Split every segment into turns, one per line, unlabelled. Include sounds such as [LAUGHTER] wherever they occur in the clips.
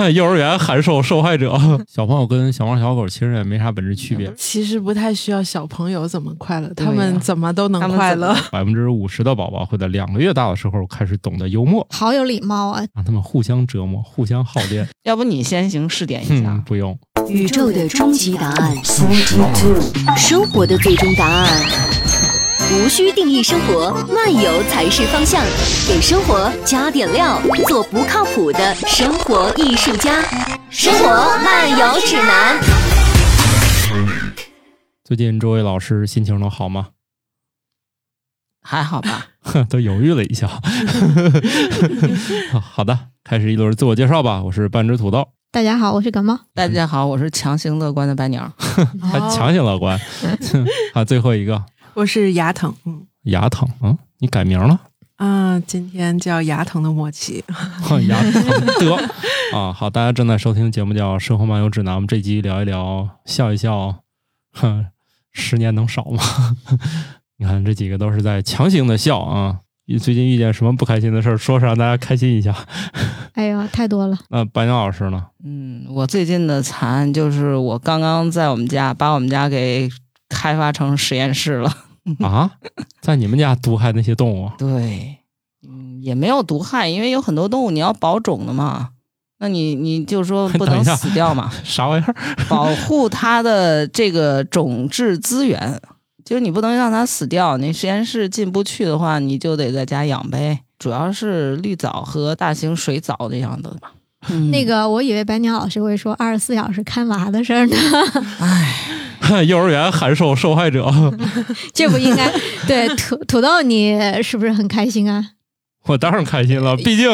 [LAUGHS] 幼儿园函授受害者，小朋友跟小猫小狗其实也没啥本质区别，
其实不太需要小朋友怎么快乐，
对呀
他们怎么都能
他们
快
怎么
乐。
百分之五十的宝宝会在两个月大的时候开始懂得幽默，
好有礼貌啊！
让他们互相折磨，互相耗电。
要不你先行试点一
嗯，
下？
不用，
宇宙的终极答案，生活的最终答案。无需定义生活，漫游才是方向。给生活加点料，做不靠谱的生活艺术家。生活漫游指南。
最近这位老师心情都好吗？
[LAUGHS]
[LAUGHS]
还好吧？
都犹豫了一下。好的，开始一轮自我介绍吧。我是半只土豆，
大家好，我是感冒。
大家好，我是强行乐观的白鸟。
还强行乐观。 [LAUGHS] 啊，最后一个
我是牙疼，嗯
牙疼啊，你改名了？
啊，今天叫牙疼的莫 [LAUGHS] 奇，
[LAUGHS] 牙疼得啊，好，大家正在收听的节目叫《生活漫游指南》，我们这集聊一聊，笑一笑， [LAUGHS] 哼，十年能少吗？ [LAUGHS] 你看这几个都是在强行的笑啊。最近遇见什么不开心的事儿，说是让大家开心一下。
哎呀，太多了，
那白鸟老师呢？
嗯，我最近的惨就是我刚刚在我们家把我们家给开发成实验室了。
啊，在你们家毒害那些动物？
对， [LAUGHS] 嗯，也没有毒害，因为有很多动物你要保种的嘛。那你你就说不
[LAUGHS] 等一
能
下
死掉嘛，
啥玩意儿？
保护它的这个种质资源， [LAUGHS] 就是你不能让它死掉。你实验室进不去的话，你就得在家养呗。主要是绿藻和大型水藻这样的吧。嗯
那个我以为白鸟老师会说二十四小时看娃的事儿呢， [LAUGHS]
[LAUGHS] 幼儿园函授受害者， [LAUGHS]
这不应该。对土土豆，你是不是很开心
[LAUGHS]
啊？
我当然开心了，毕竟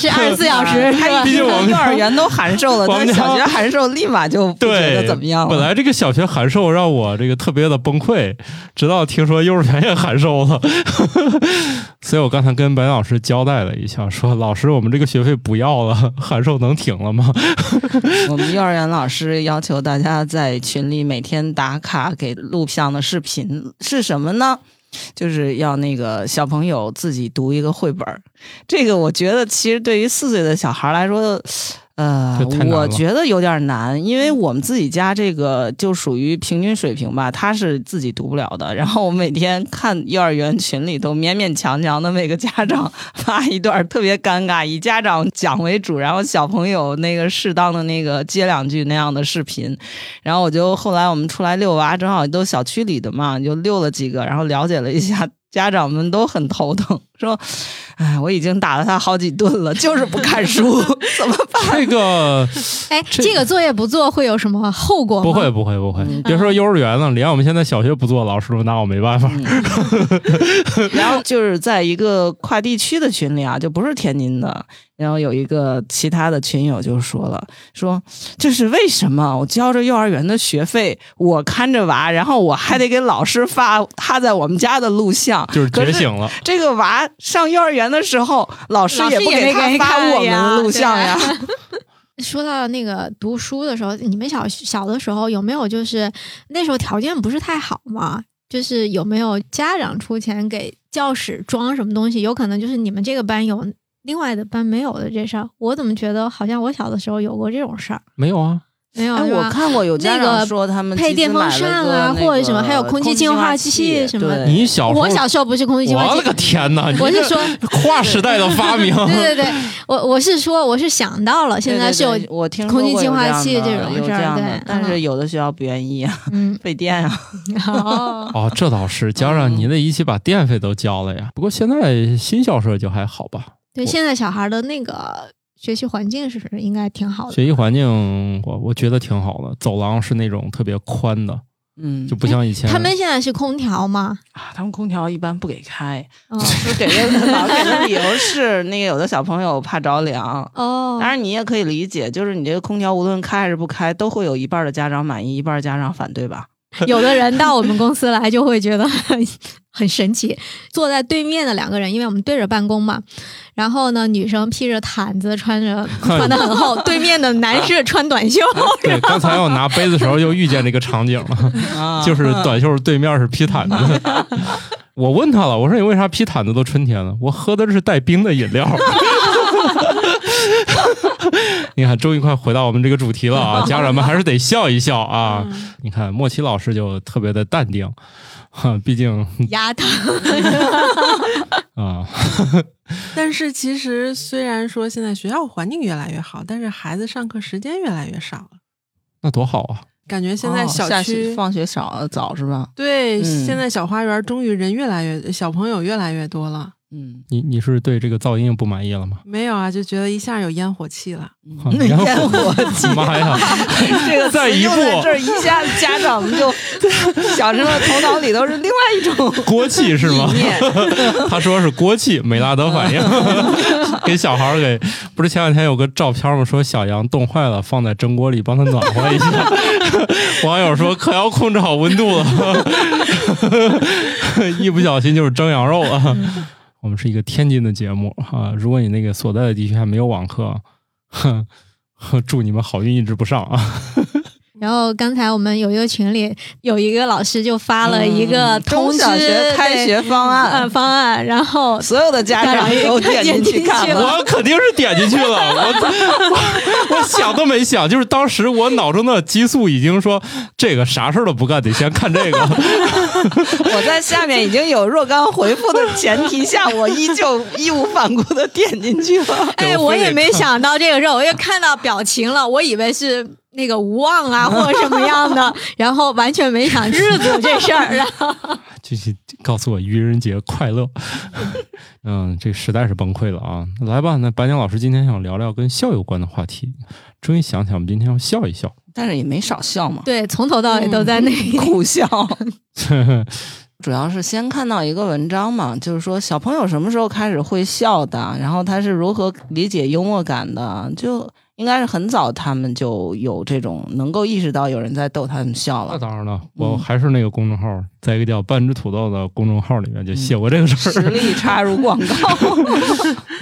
是二 [LAUGHS] 十四小
[LAUGHS]
时是吧
毕？竟我们
啊幼儿园都函授
[LAUGHS]
了，
我们
但
家
是小学函授立马就不觉
对
得怎么样
本
了。
来这个小学函授让我这个特别的崩溃，直到听说幼儿园也函授了， [LAUGHS] 所以我刚才跟白老师交代了一下，说老师，我们这个学费不要了，函授能停了吗？ [LAUGHS]
我们幼儿园老师要求大家在群里每天打卡给录像的视频是什么呢？就是要那个小朋友自己读一个绘本儿。这个我觉得其实对于四岁的小孩来说。呃
这太，难了
我觉得有点难，因为我们自己家这个就属于平均水平吧，他是自己读不了的。然后我每天看幼儿园群里头勉勉强强的每个家长 [LAUGHS] 发一段特别尴尬，以家长讲为主，然后小朋友那个适当的那个接两句那样的视频。然后我就后来我们出来遛娃，正好都小区里的嘛，就遛了几个，然后了解了一下， [LAUGHS] 家长们都很头疼，说：“哎，我已经打了他好几顿了，就是不看书， [LAUGHS] 怎么办
这
[LAUGHS]
个
哎，
这
这个作业不做会有什么后果吗？
不会，不会，不会，
嗯
别说幼儿园了，连我们现在小学不做，老师都拿我没办
嗯
法？”。
然后就是在一个跨地区的群里啊，就不是天津的，然后有一个其他的群友就说了，说这是为什么？我交着幼儿园的学费，我看着娃，然后我还得给老师发他在我们家的录像，
就是
可
觉醒了，
这个娃上幼儿园的时候，老师
老师
也不
也没
他
给
发
看
我们
呀啊
的录像呀。
说到那个读书的时候，你们小小的时候有没有就是那时候条件不是太好嘛？就是有没有家长出钱给教室装什么东西？有可能就是你们这个班有，另外的班没有的这事儿。我怎么觉得好像我小的时候有过这种事儿？
没有啊？
没有，
哎，
是
我
吧
看过有家
那
长
个
说他们
配
集资
电风
买了
扇
个
啊
那
或者什么
个
还有空气净
化
化器什么的
对
你小时候
我小时候不是空气净化
我的，
器
个天哪！你
我是
这 [LAUGHS]
说，
跨时代的发明，
对对对，我我是说我是想到了，现在是有
对对对我听
空
说
气
过有
净化
这样
器
的
这种
有
事儿
样的
对
但是
嗯
有的学校不愿意啊， [LAUGHS]
嗯，
费电啊。
[LAUGHS]
哦，
哦，这倒是，加上
嗯
你那一起把电费都交了呀。不过现在新校舍就还好吧，
对，
我
现在小孩的那个学习环境是不是应该挺好的？
学习环境我我觉得挺好的，走廊是那种特别宽的，
[LAUGHS] 嗯，
就不像以前。
他们现在是空调吗？
啊，他们空调一般不给开，
[LAUGHS]
[LAUGHS]
嗯
就给的老给的理由是那个有的小朋友怕着凉。
哦
当， [LAUGHS] 然，你也可以理解，就是你这个空调无论开还是不开，都会有一半儿的家长满意，一半儿家长反对
[LAUGHS]
吧？
有的人到我们公司来就会觉得很很神奇。坐在对面的两个人，因为我们对着办公嘛，然后呢，女生披着毯子，
[LAUGHS]
穿着穿的很厚，对面的男士穿短袖。 [LAUGHS]
对，刚才我拿杯子的时候又遇见这个场景了，
啊
就是短袖对面是披
[LAUGHS]
毯子。我问他了，我说你为啥披毯子都春天了？我喝的是带冰的饮料。 [LAUGHS] 你看，终于快回到我们这个主题了啊！家长们还是得笑一笑啊！
嗯
你看，莫奇老师就特别的淡定，哈，毕竟
嗯
牙疼。 [LAUGHS]
啊，
但是其实虽然说现在学校环境越来越好，但是孩子上课时间越来越少了。
那多好啊！
感觉现在
哦
小
下
区、
放学少早是吧？
对、
嗯
现在小花园终于人越来越小朋友越来越多了。
嗯，
你你是对这个噪音不满意了吗？
没有啊，就觉得一下有烟火气了。
嗯
那 [LAUGHS] 烟火气，
妈呀！
这个
再
词
一
用在
步
这儿，一下子家长们 [LAUGHS] 就想成了头脑里头是另外一种 [LAUGHS]
锅气是吗
理？ [LAUGHS] 念。
他说是锅气，美拉德反应，给小孩儿给不是前两天有个照片吗？说小羊冻坏了，放在蒸锅里帮它暖和一下。 [LAUGHS] 网友说可要控制好温度了， [LAUGHS] 一不小心就是蒸羊肉了。我们是一个天津的节目啊，如果你那个所在的地区还没有网课，哼， [LAUGHS] 祝你们好运一直不上啊！
然后刚才我们有一个群里有一个老师就发
呃
了一个通
嗯中
知，
小学开
对
学方案
呃，方案，然后
所有的嗯家长都点进去看了。
[LAUGHS] 我肯定是点进去了，我我我想都没想，就是当时我脑中的激素已经说这个啥事儿都不干，得先看这个。 [LAUGHS]
我在下面已经有若干回复的前提下，我依旧义无反顾的点进去了。
对
哎，
我
我
非得
也没想到这个事儿，我也看到表情了，我以为是那个无望啊或者什么样 [LAUGHS] 的，然后完全没想日子这事儿。然后
就是告诉我愚人节快乐。 [LAUGHS] 嗯，这实在是崩溃了啊！来吧，那白鸟老师今天想聊聊跟笑有关的话题，终于想起来我们今天要笑一笑。 [LAUGHS]
但是也没少笑嘛，
[LAUGHS] 对，从头到尾都在那个。
[LAUGHS] 苦笑。主要是先看到一个文章嘛，就是说小朋友什么时候开始会笑的，然后他是如何理解幽默感的，就应该是很早他们就有这种能够意识到有人在逗他们笑
那
了。
当然了，我还是那个公众号，在一个叫“半只土豆”的公众号里面就写过这个事
实
儿。
力插入广
[LAUGHS]
告，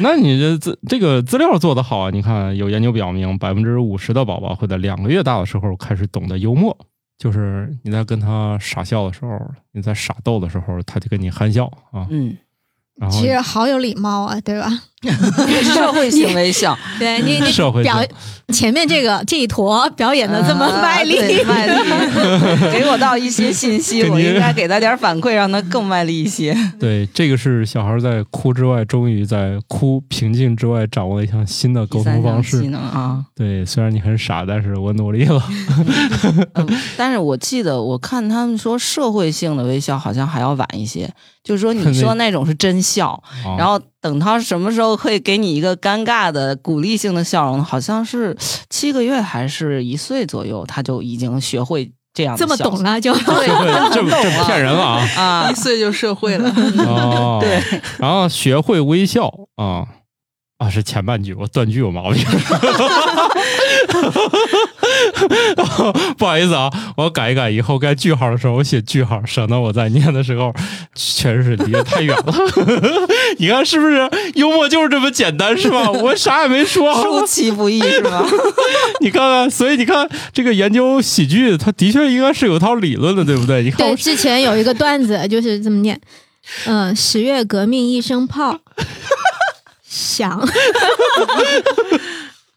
那你这资这个资料做得好啊！你看，有研究表明，百分之五十的宝宝会在两个月大的时候开始懂得幽默，就是你在跟他傻笑的时候，你在傻逗的时候，他就跟你憨笑啊。
嗯，
然后
[LAUGHS] 其实好有礼貌啊，对吧？
社会性微
[LAUGHS]
笑，
对你你
社会性
表前面这个这一坨表演的这么卖力，
啊对卖力，
[LAUGHS]
给我到一些信息，
给
我
您
应该给他点反馈，让他更卖力一些。
对这个是小孩在哭之外，终于在哭平静之外掌握了一项新 [LAUGHS] 的沟
第三
通
项
方
技
式。
能啊，
对，虽然你很傻，但是我努力
[LAUGHS]
了。
嗯，但是我记得我看他们说社会性的微笑好像还要晚一些，就是说 [LAUGHS] 你说那哦种是真笑，
啊
然后等他什么时候会给你一个尴尬的鼓励性的笑容，好像是七个月还是一岁左右，他就已经学会这样的
这么
笑
懂啊了
[LAUGHS]
就
这这这骗人了啊！
啊
一。岁就社会了，
哦，
对，
然后学会微笑啊啊，是前半句，我断句有毛病， [LAUGHS] 不好意思啊，我改一改，以后该句号的时候我写句号，省得我在念的时候确实是离得太远了。 [LAUGHS] 你看是不是幽默就是这么简单是吧？我啥也没说，啊
出其不意是 [LAUGHS] 吧？
你看看，所以你看这个研究喜剧，它的确应该是有套理论的，对不对？你看
对，
我
之前有一个段子就是这么念，嗯、十月革命一声炮，响， [LAUGHS]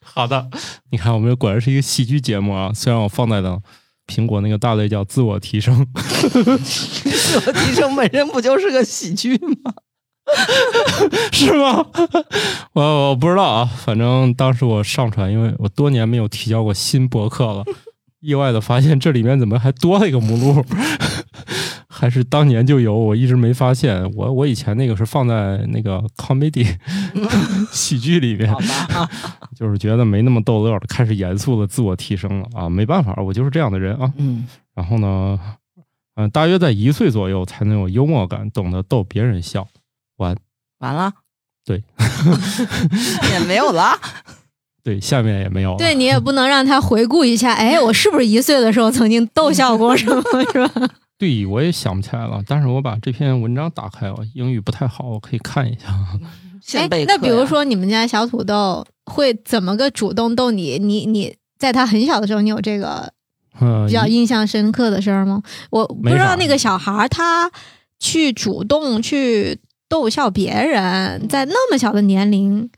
好的，你看我们果然是一个喜剧节目啊！虽然我放在了苹果那个大类叫自我提升， [LAUGHS]
自我提升本身不就是个喜剧吗？
是吗？ [LAUGHS] 我我不知道啊，反正当时我上传，因为我多年没有提交过新博客了， [LAUGHS] 意外的发现这里面怎么还多了一个目录， [LAUGHS] 还是当年就有，我一直没发现。我我以前那个是放在那个 comedy 喜剧里面
[LAUGHS] 好，吧，
就是觉得没那么逗乐了，开始严肃的自我提升了啊！没办法，我就是这样的人啊。
嗯，
然后呢，嗯、大约在一岁左右才能有幽默感，懂得逗别人笑。
完了，
对，
[LAUGHS] 也没有
[LAUGHS]
了。
对，下面也没有了。
对你也不能让他回顾一下，哎，我是不是一岁的时候曾经逗笑过什么，是吧？
对，我也想不起来了。但是我把这篇文章打开，我英语不太好，我可以看一下。 [LAUGHS]
先啊备课
哎那
呀
比如，说你们家小土豆会怎么个主动逗你？你你在他很小的时候，你有这个
嗯、
比较印象深刻的事儿吗？我不
没
知
啥
道那个小孩儿他去主动去逗笑别人，在那么小的年龄，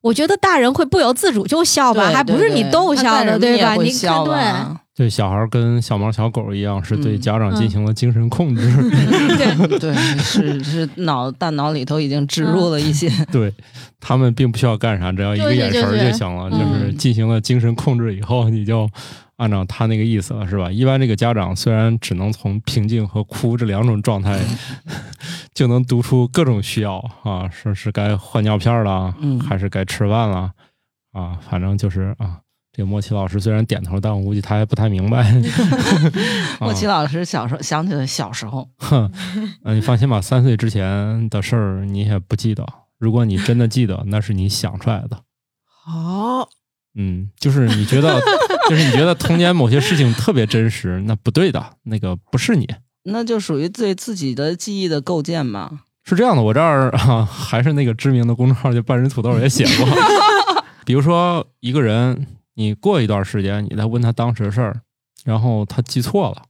我觉得大人会不由自主就笑吧，
对
哦还不是你逗笑的，对吧？你看，对
对
对小孩儿跟小猫小狗一样，是对
嗯
家长进行了精神控制。
对， [LAUGHS]
对，是是脑大脑里头已经植
嗯
入了一
[LAUGHS]
些， [LAUGHS]
对他们并不需要干啥，只要一
就
个
是
眼神儿
就
就是行了，就
嗯
是进行了精神控制以后，你就按照他那个意思了，是吧？一般这个家长虽然只能从平静和哭这两种状态 [LAUGHS] 就能读出各种需要啊，说是该换尿片儿了，
嗯
还是该吃饭了啊，反正就是啊。这个莫奇老师虽然点头，但我估计他还不太明白。
莫奇
嗯
啊
老师小时候想起了小时候，
呃你放心吧，三岁之前的事儿你也不记得。如果你真的记得，那是你想出来的。
[LAUGHS] 好，
嗯，就是你觉得，就是你觉得童年某些事情特别真实，那不对的，那个不是你，
那就属于对自己的记忆的构建嘛。
是这样的。我这儿啊，还是那个知名的公众号，就半人土豆也写过， [LAUGHS] 比如说一个人，你过一段时间，你再问他当时的事儿，然后他记错了，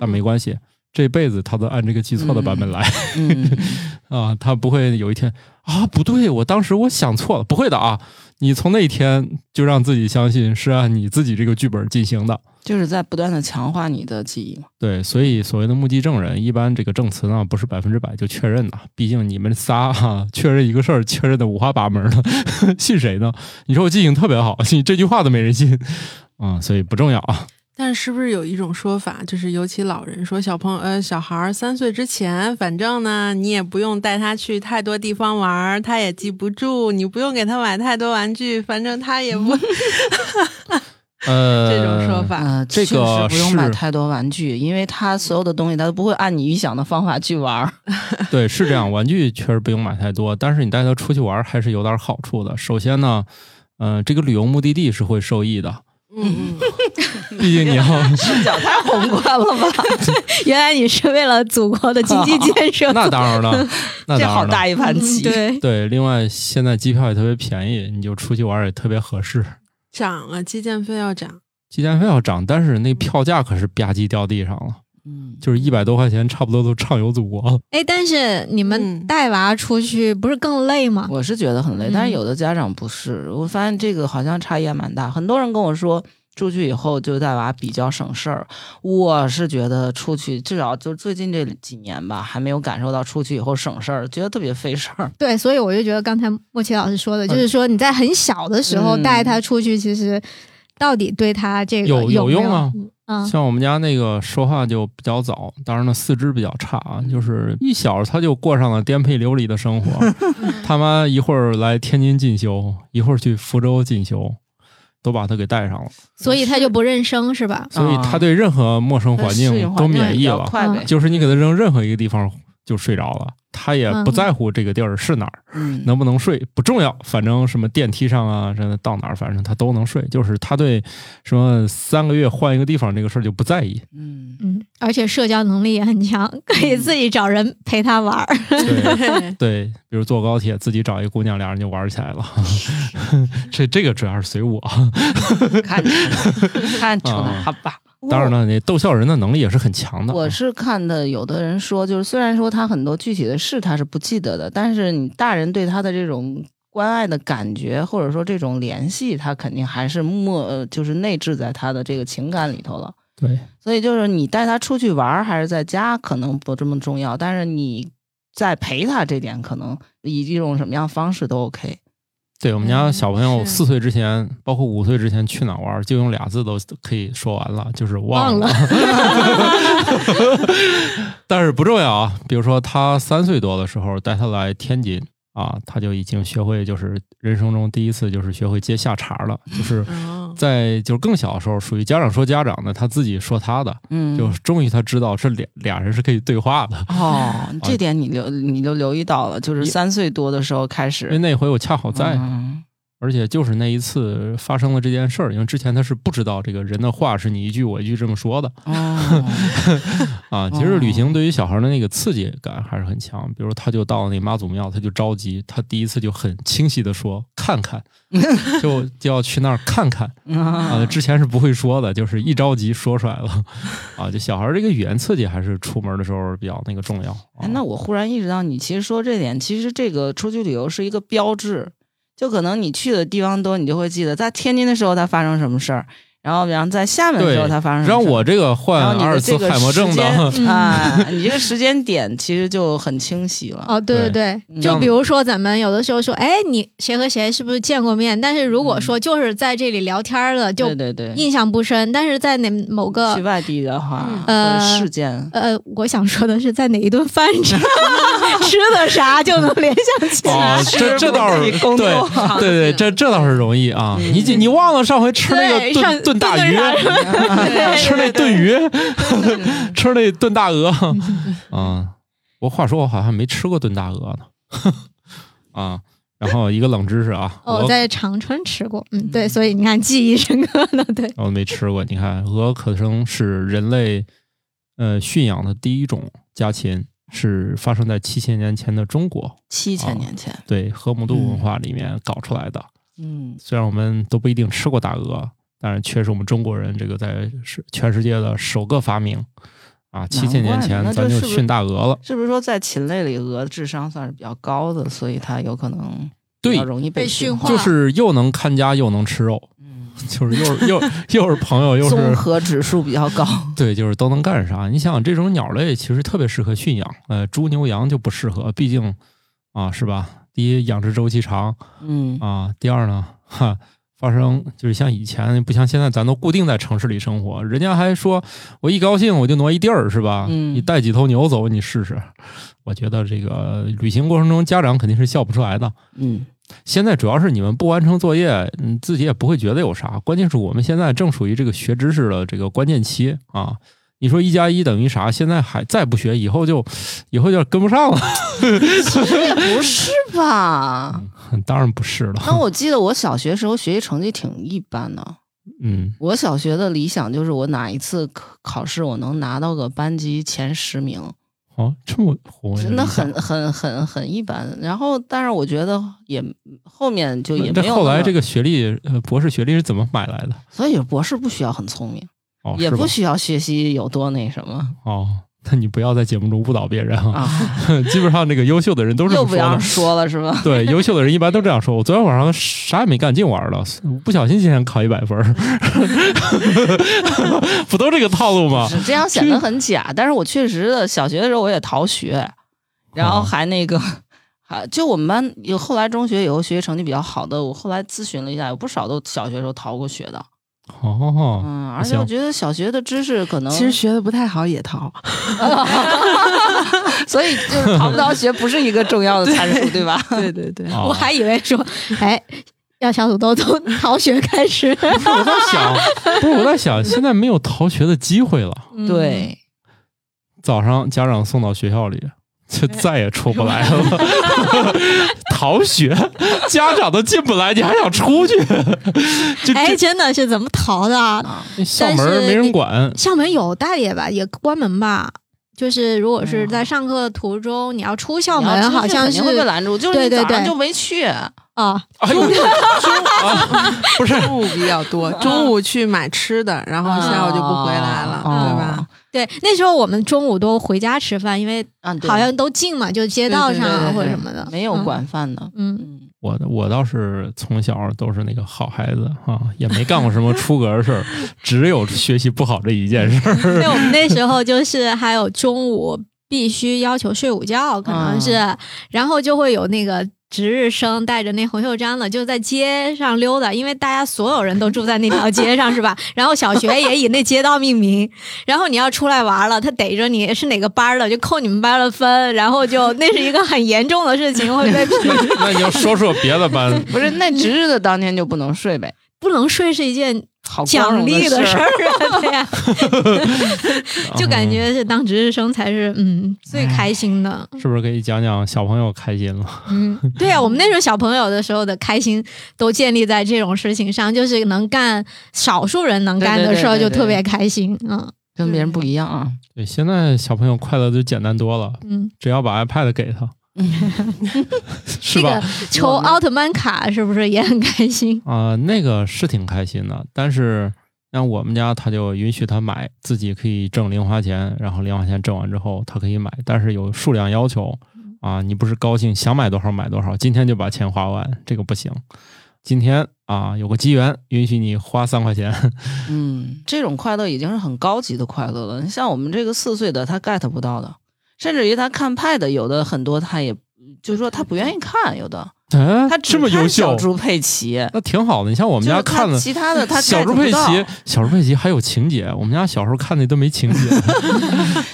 但没关系，这辈子他都按这个记错的版本来、
嗯，
[LAUGHS]
[LAUGHS] 啊，他不会有一天啊，不对，我当时我想错了，不会的啊。你从那一天就让自己相信是按你自己这个剧本进行的，
就是在不断的强化你的记忆嘛。
对，所以所谓的目击证人，一般这个证词呢不是百分之百就确认的，毕竟你们仨哈、确认一个事儿，确认的五花八门的， [LAUGHS] 信谁呢？你说我记性特别好，你这句话都没人信啊、所以不重要啊。
但是不是有一种说法，就是尤其老人说小朋友呃小孩儿三岁之前，反正呢你也不用带他去太多地方玩儿，他也记不住，你不用给他买太多玩具，反正他也 [LAUGHS] 不、
呃，
这种说法。
呃，
这
确
个
实不用
是
买太多玩具，因为他所有的东西他都不会按你预想的方法去玩儿。
对，是这样，玩具确实不用买太多，但是你带他出去玩儿还是有点好处的。首先呢，嗯、这个旅游目的地是会受益
[LAUGHS]
的，
嗯，嗯
毕竟你
[LAUGHS]
要。
视角太宏观了吧？
[LAUGHS] 原来你是为了祖国的经济建设，
[LAUGHS] 那当然了，那
这
当
好
然了。
大一盘棋。
嗯
[LAUGHS]
对，
对，另外现在机票也特别便宜，你就出去玩儿也特别合适。
涨了，基建费要涨。
鸡蛋费要涨，但是那票价可是吧唧掉地上了，
嗯，
就是一百多块钱，差不多都畅游祖国了。
哎，但是你们
嗯
带娃出去不是更累吗？
我是觉得很累，但是有的家长不是，我发现这个好像差异还蛮大。很多人跟我说。出去以后就带娃比较省事儿，我是觉得出去至少就最近这几年吧，还没有感受到出去以后省事儿，觉得特别费事儿。
对，所以我就觉得刚才莫奇老师说的，就是说你在很小的时候
嗯
带他出去，其实到底对他这个
有有
没有
用啊？
嗯，
像我们家那个说话就比较早，当然了，四肢比较差啊，
嗯
就是一小他就过上了颠沛流离的生活。
[LAUGHS]
他妈一会儿来天津进修，一会儿去福州进修，都把他给带上了，
[LAUGHS] 所以他就不认生是吧？
所以他对任何陌生环
啊适
境
应
都
环境也
免
比
疫
较
了。
快呗。
就是你给他扔任何一个地方就睡着了，他也不
嗯
在乎这个地儿是哪儿。
嗯，
[LAUGHS] 能不能睡不重要，反正什么电梯上啊，真的到哪儿，反正他都能睡。就是他对什么三个月换一个地方这个事儿就不在意。
嗯，
嗯，而且社交能力也很强，可以自己找人陪他玩儿。
对
对
对，比如坐高铁自己找一姑娘，俩人就玩起来了。 [LAUGHS] 这这个主要是随我。
看出来， [LAUGHS] 看出来，
啊
好吧。
当然了，你逗笑人的能力也是很强的。嗯
我是看的，有的人说，就是虽然说他很多具体的事他是不记得的，但是你大人对他的这种关爱的感觉，或者说这种联系，他肯定还是默，呃就是内置在他的这个情感里头了。
对，
所以就是你带他出去玩儿还是在家，可能不这么重要，但是你在陪他这点，可能以一种什么样方式都 OK。
对我们家小朋友
嗯是
四岁之前，包括五岁之前去哪儿玩儿，就用俩字都可以说完了，就是忘
忘
但是不重要啊。比如说他三岁多的时候带他来天津啊，他就已经学会，就是人生中第一次就是学会接下茬儿了，
[LAUGHS]
就是
[LAUGHS] [LAUGHS] 哦，
在就是更小的时候，属于家长说家长的，他自己说他的，
嗯，
就终于他知道这俩俩人是可以对话的。
哦，
啊
这点你留你就留意到了，就是三岁多的时候开
因为
始
那回我恰好在，
嗯
而且就是那一次发生了这件事儿，因为之前他是不知道这个人的话是你一句我一句这么说的
哦，
啊。其实旅行对于小孩的那个刺激感还是很强，比如他就到那妈祖庙，他就着急，他第一次就很清晰的说看看，就就要去那儿看看啊。 [LAUGHS]
啊
之前是不会说的，就是一着急说出来了啊。就小孩这个语言刺激还是出门的时候比较那个重
哎
要。啊
哎，那我忽然意识到，你其实说这点，其实这个出去旅游是一个标志，就可能你去的地方多，你就会记得在天津的时候它发生什么事儿，然后比方在厦门的时候
对
它发生什么事儿。
啊让我这个患
然后你
阿尔
的
茨
这个
海默
时
症的，
[LAUGHS]
[LAUGHS]
间啊，你这个时间点其实就很清晰了。
哦，对对
嗯
对，就比如说咱们有的时候说，哎，你谁和谁是不是见过面？但是如果说就是在这里聊天儿的，就
对对对，
印象不深。但是在哪某
去
个
外地的话，
嗯
或者
呃
事件，
呃，我想说的是，在哪一顿饭上 [LAUGHS] 吃的啥就能联想起来。
哦，这这倒是
啊是不
[LAUGHS]
对
是工
对对，这这倒是容易啊！你你忘了上回吃那个
对
炖
上
炖大鱼， [LAUGHS]
炖那
吃那炖鱼，
[LAUGHS]
吃那炖大鹅啊！我话说，我好像没吃过炖大鹅呢 [LAUGHS] 啊。然后一个冷知识啊，
哦，我
我
在长春吃过，嗯，对，所以你看记忆深刻了，对，
我哦没吃过。你看，鹅可称是人类呃驯养的第一种家禽，是发生在七千年前的中国，
七
哦
千年前，
对河姆渡文化里面搞出来的。
嗯，
虽然我们都不一定吃过大鹅，但是却是我们中国人这个在世全世界的首个发明啊！七千年前
那
咱
就是
就
不是
驯大鹅了，
是不是说在禽类里，鹅智商算是比较高的，所以它有可能比
对
较，容易
被
驯
驯
化？
化
就是又能看家又能吃肉，
嗯
就是又是又 [LAUGHS] 又是朋友又
综
是
合指数比较
[LAUGHS]
高，
对，就是都能干啥。你想想，这种鸟类其实特别适合驯养，呃，猪牛羊就不适合，毕竟啊，是吧？第一，养殖周期长
嗯
啊；第二呢， [LAUGHS] 哈，发生就是像以前不像现在，咱都固定在城市里生活，人家还说我一高兴我就挪一地儿，是吧？
嗯
你带几头牛走，你试试。我觉得这个旅行过程中，家长肯定是笑不出来的。
[LAUGHS] 嗯，
现在主要是你们不完成作业，你自己也不会觉得有啥。关键是我们现在正属于这个学知识的这个关键期啊！你说一加一等于啥？现在还再不学，以后就以后就跟不上了。 [LAUGHS]
也不是吧？
当然不是了，
那我记得我小学时候学习成绩挺一般的，
[LAUGHS] 嗯，
我小学的理想就是我哪一次考考试我能拿到个班级前十名，
哦，这么火，
真的很很很很一般。然后，但是我觉得也后面就也
那
没有
后
那
来
么
这，个学历，呃，博士学历是怎么买来的？
所以博士不需要很聪明，
哦，
也
是吧
不需要学习有多那什么
哦， [LAUGHS] 那你不要在节目中误导别人
[LAUGHS]
啊！
啊，
基本上这个优秀的人都是这
又
么
不
说
要
的。
说了是吧？
对，优秀的人一般都这样说。我昨天晚上啥也没干，净玩了，不小心今天考一百分儿， [LAUGHS] 不都这个套路吗？
是这样显得很假，但是我确实的，小学的时候我也逃学，然后
哦
还那个。还就我们班有后来中学以后学习成绩比较好的，我后来咨询了一下，有不少都小学时候逃过学的。
哦，
嗯，而且我
行
觉得小学的知识可能，
其实 [LAUGHS] 学的不太好也逃，
[LAUGHS] 所以就是逃不逃学不是一个重要的参数，对吧？
对对对，
啊
我还以为说，哎，要小土豆从逃学开始，
不是我在想，不是我在想，现在没有逃学的机会了。
[LAUGHS] 嗯
对，
早上家长送到学校里，就再也出不来了。 [LAUGHS] 逃学，家长都进不来，你还想出去？就
哎，
这
真的是怎么逃的啊？
嗯
校门
但
儿
是
没人
你
管。
校门有大爷吧，也关门吧。就是如果是在上课途中，你要出校
然
门，
后
好像
肯
是
定会被拦住，就是你
对对
早上
对
就没去，
啊，
哎呦，啊不是，
中午比较多，中午去买吃的，然
哦
后下午就不回来了，
哦
对吧？
对，那时候我们中午都回家吃饭，因为
啊，对
好像都近嘛，就街道上啊
对对对对
或者什么的，
没有管饭的。
嗯。嗯，
嗯，
我我倒是从小都是那个好孩子啊，也没干过什么出格的事儿， [LAUGHS] 只有学习不好这一件事
[LAUGHS]
儿。 [LAUGHS]
对，我们那时候就是还有中午必须要求睡午觉，可能是，
啊
然后就会有那个。值日生带着那红袖章的，就在街上溜达，因为大家所有人都住在那条街上，是吧？然后小学也以那街道命名，然后你要出来玩了，他逮着你是哪个班儿的，就扣你们班儿的分，然后就那是一个很严重的事情，
[LAUGHS]
会被
那那你要说说别的班，
不是，那值日的当天就不能睡呗，
不能睡是一件
好光
奖
荣
励
的
的事
儿。
儿啊，对呀、 [LAUGHS] 就感觉是当值日生才是嗯最
哎
开心的。
嗯是不是可以讲讲小朋友开心了？ [LAUGHS]
嗯，对呀、我们那时候小朋友的时候的开心，都建立在这种事情上，就是能干少数人能干的事
对对对
儿，
对
就
对
特别开心。嗯
跟别人不一样啊！
对，现在小朋友快乐就简单多了，
嗯，
只要把 iPad 给他， [LAUGHS] 是
这
吧
个？抽奥特曼卡是不是也很开心？
啊、那个是挺开心的，但是像我们家他就允许他买，
嗯
自己可以挣零花钱，然后零花钱挣完之后他可以买，但是有数量要求啊，你不是高兴想买多少买多少，今天就把钱花完，这个不行。今天啊，有个机缘允许你花三块钱，
嗯，这种快乐已经是很高级的快乐了。你像我们这个四岁的，他 get 不到的，甚至于他看派的，有的很多他也就是说他不愿意看，有的
哎，
他只
[LAUGHS] 这么
看
优秀
小，猪佩奇，
那挺好的。你像我
我
们家看了
其他的他
小
get
猪
不
佩
到
奇，小猪佩奇还有情节。我们家小时候看的都没情
[LAUGHS]
节，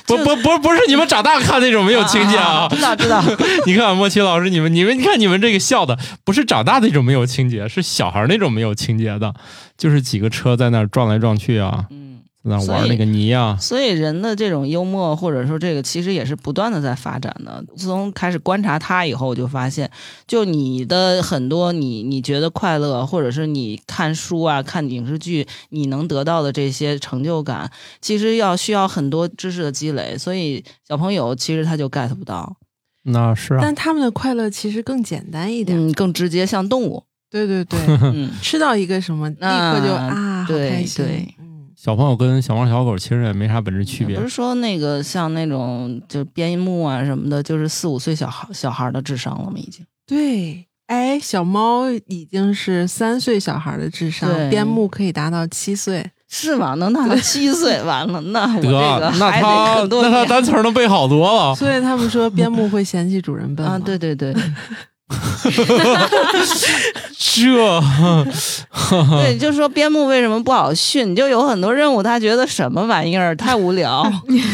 不不不不是你们长大看那种没有情节啊！
知道
[LAUGHS]
知道，
你看莫奇老师，你们你们你看你们这个笑的，不是长大那种没有情节，是小孩那种没有情节的，就是几个车在那儿撞来撞去啊，
嗯。
在那儿玩
所以
那个泥啊。
所以人的这种幽默，或者说这个，其实也是不断的在发展的。自从开始观察他以后，我就发现，就你的很多你你觉得快乐，或者是你看书啊、看影视剧，你能得到的这些成就感，其实要需要很多知识的积累。所以小朋友其实他就 get 不到，
那是啊，
但他们的快乐其实更简单一点。
嗯，更直接像动物，
对对 [LAUGHS] 对，
嗯，
吃到一个什么，立刻就
啊
啊，好开心。
对对
嗯，
小朋友跟小猫小狗其实也没啥本质区别
不是。说那个像那种就边牧啊什么的，就是四五岁小孩小孩的智商了吗？已经。
对。哎，小猫已经是三岁小孩的智商，
对
边牧可以达到七岁。
是吗？能大到七岁，完了，那我这
得，
个
那
还得
他
更多
那他
年
单词儿能背好多了。
所以他们说边牧会嫌弃主人笨吗
啊，对对
[LAUGHS]
对
这，
对，就是说边牧为什么不好训？就有很多任务，他觉得什么玩意儿太无
[LAUGHS]
聊，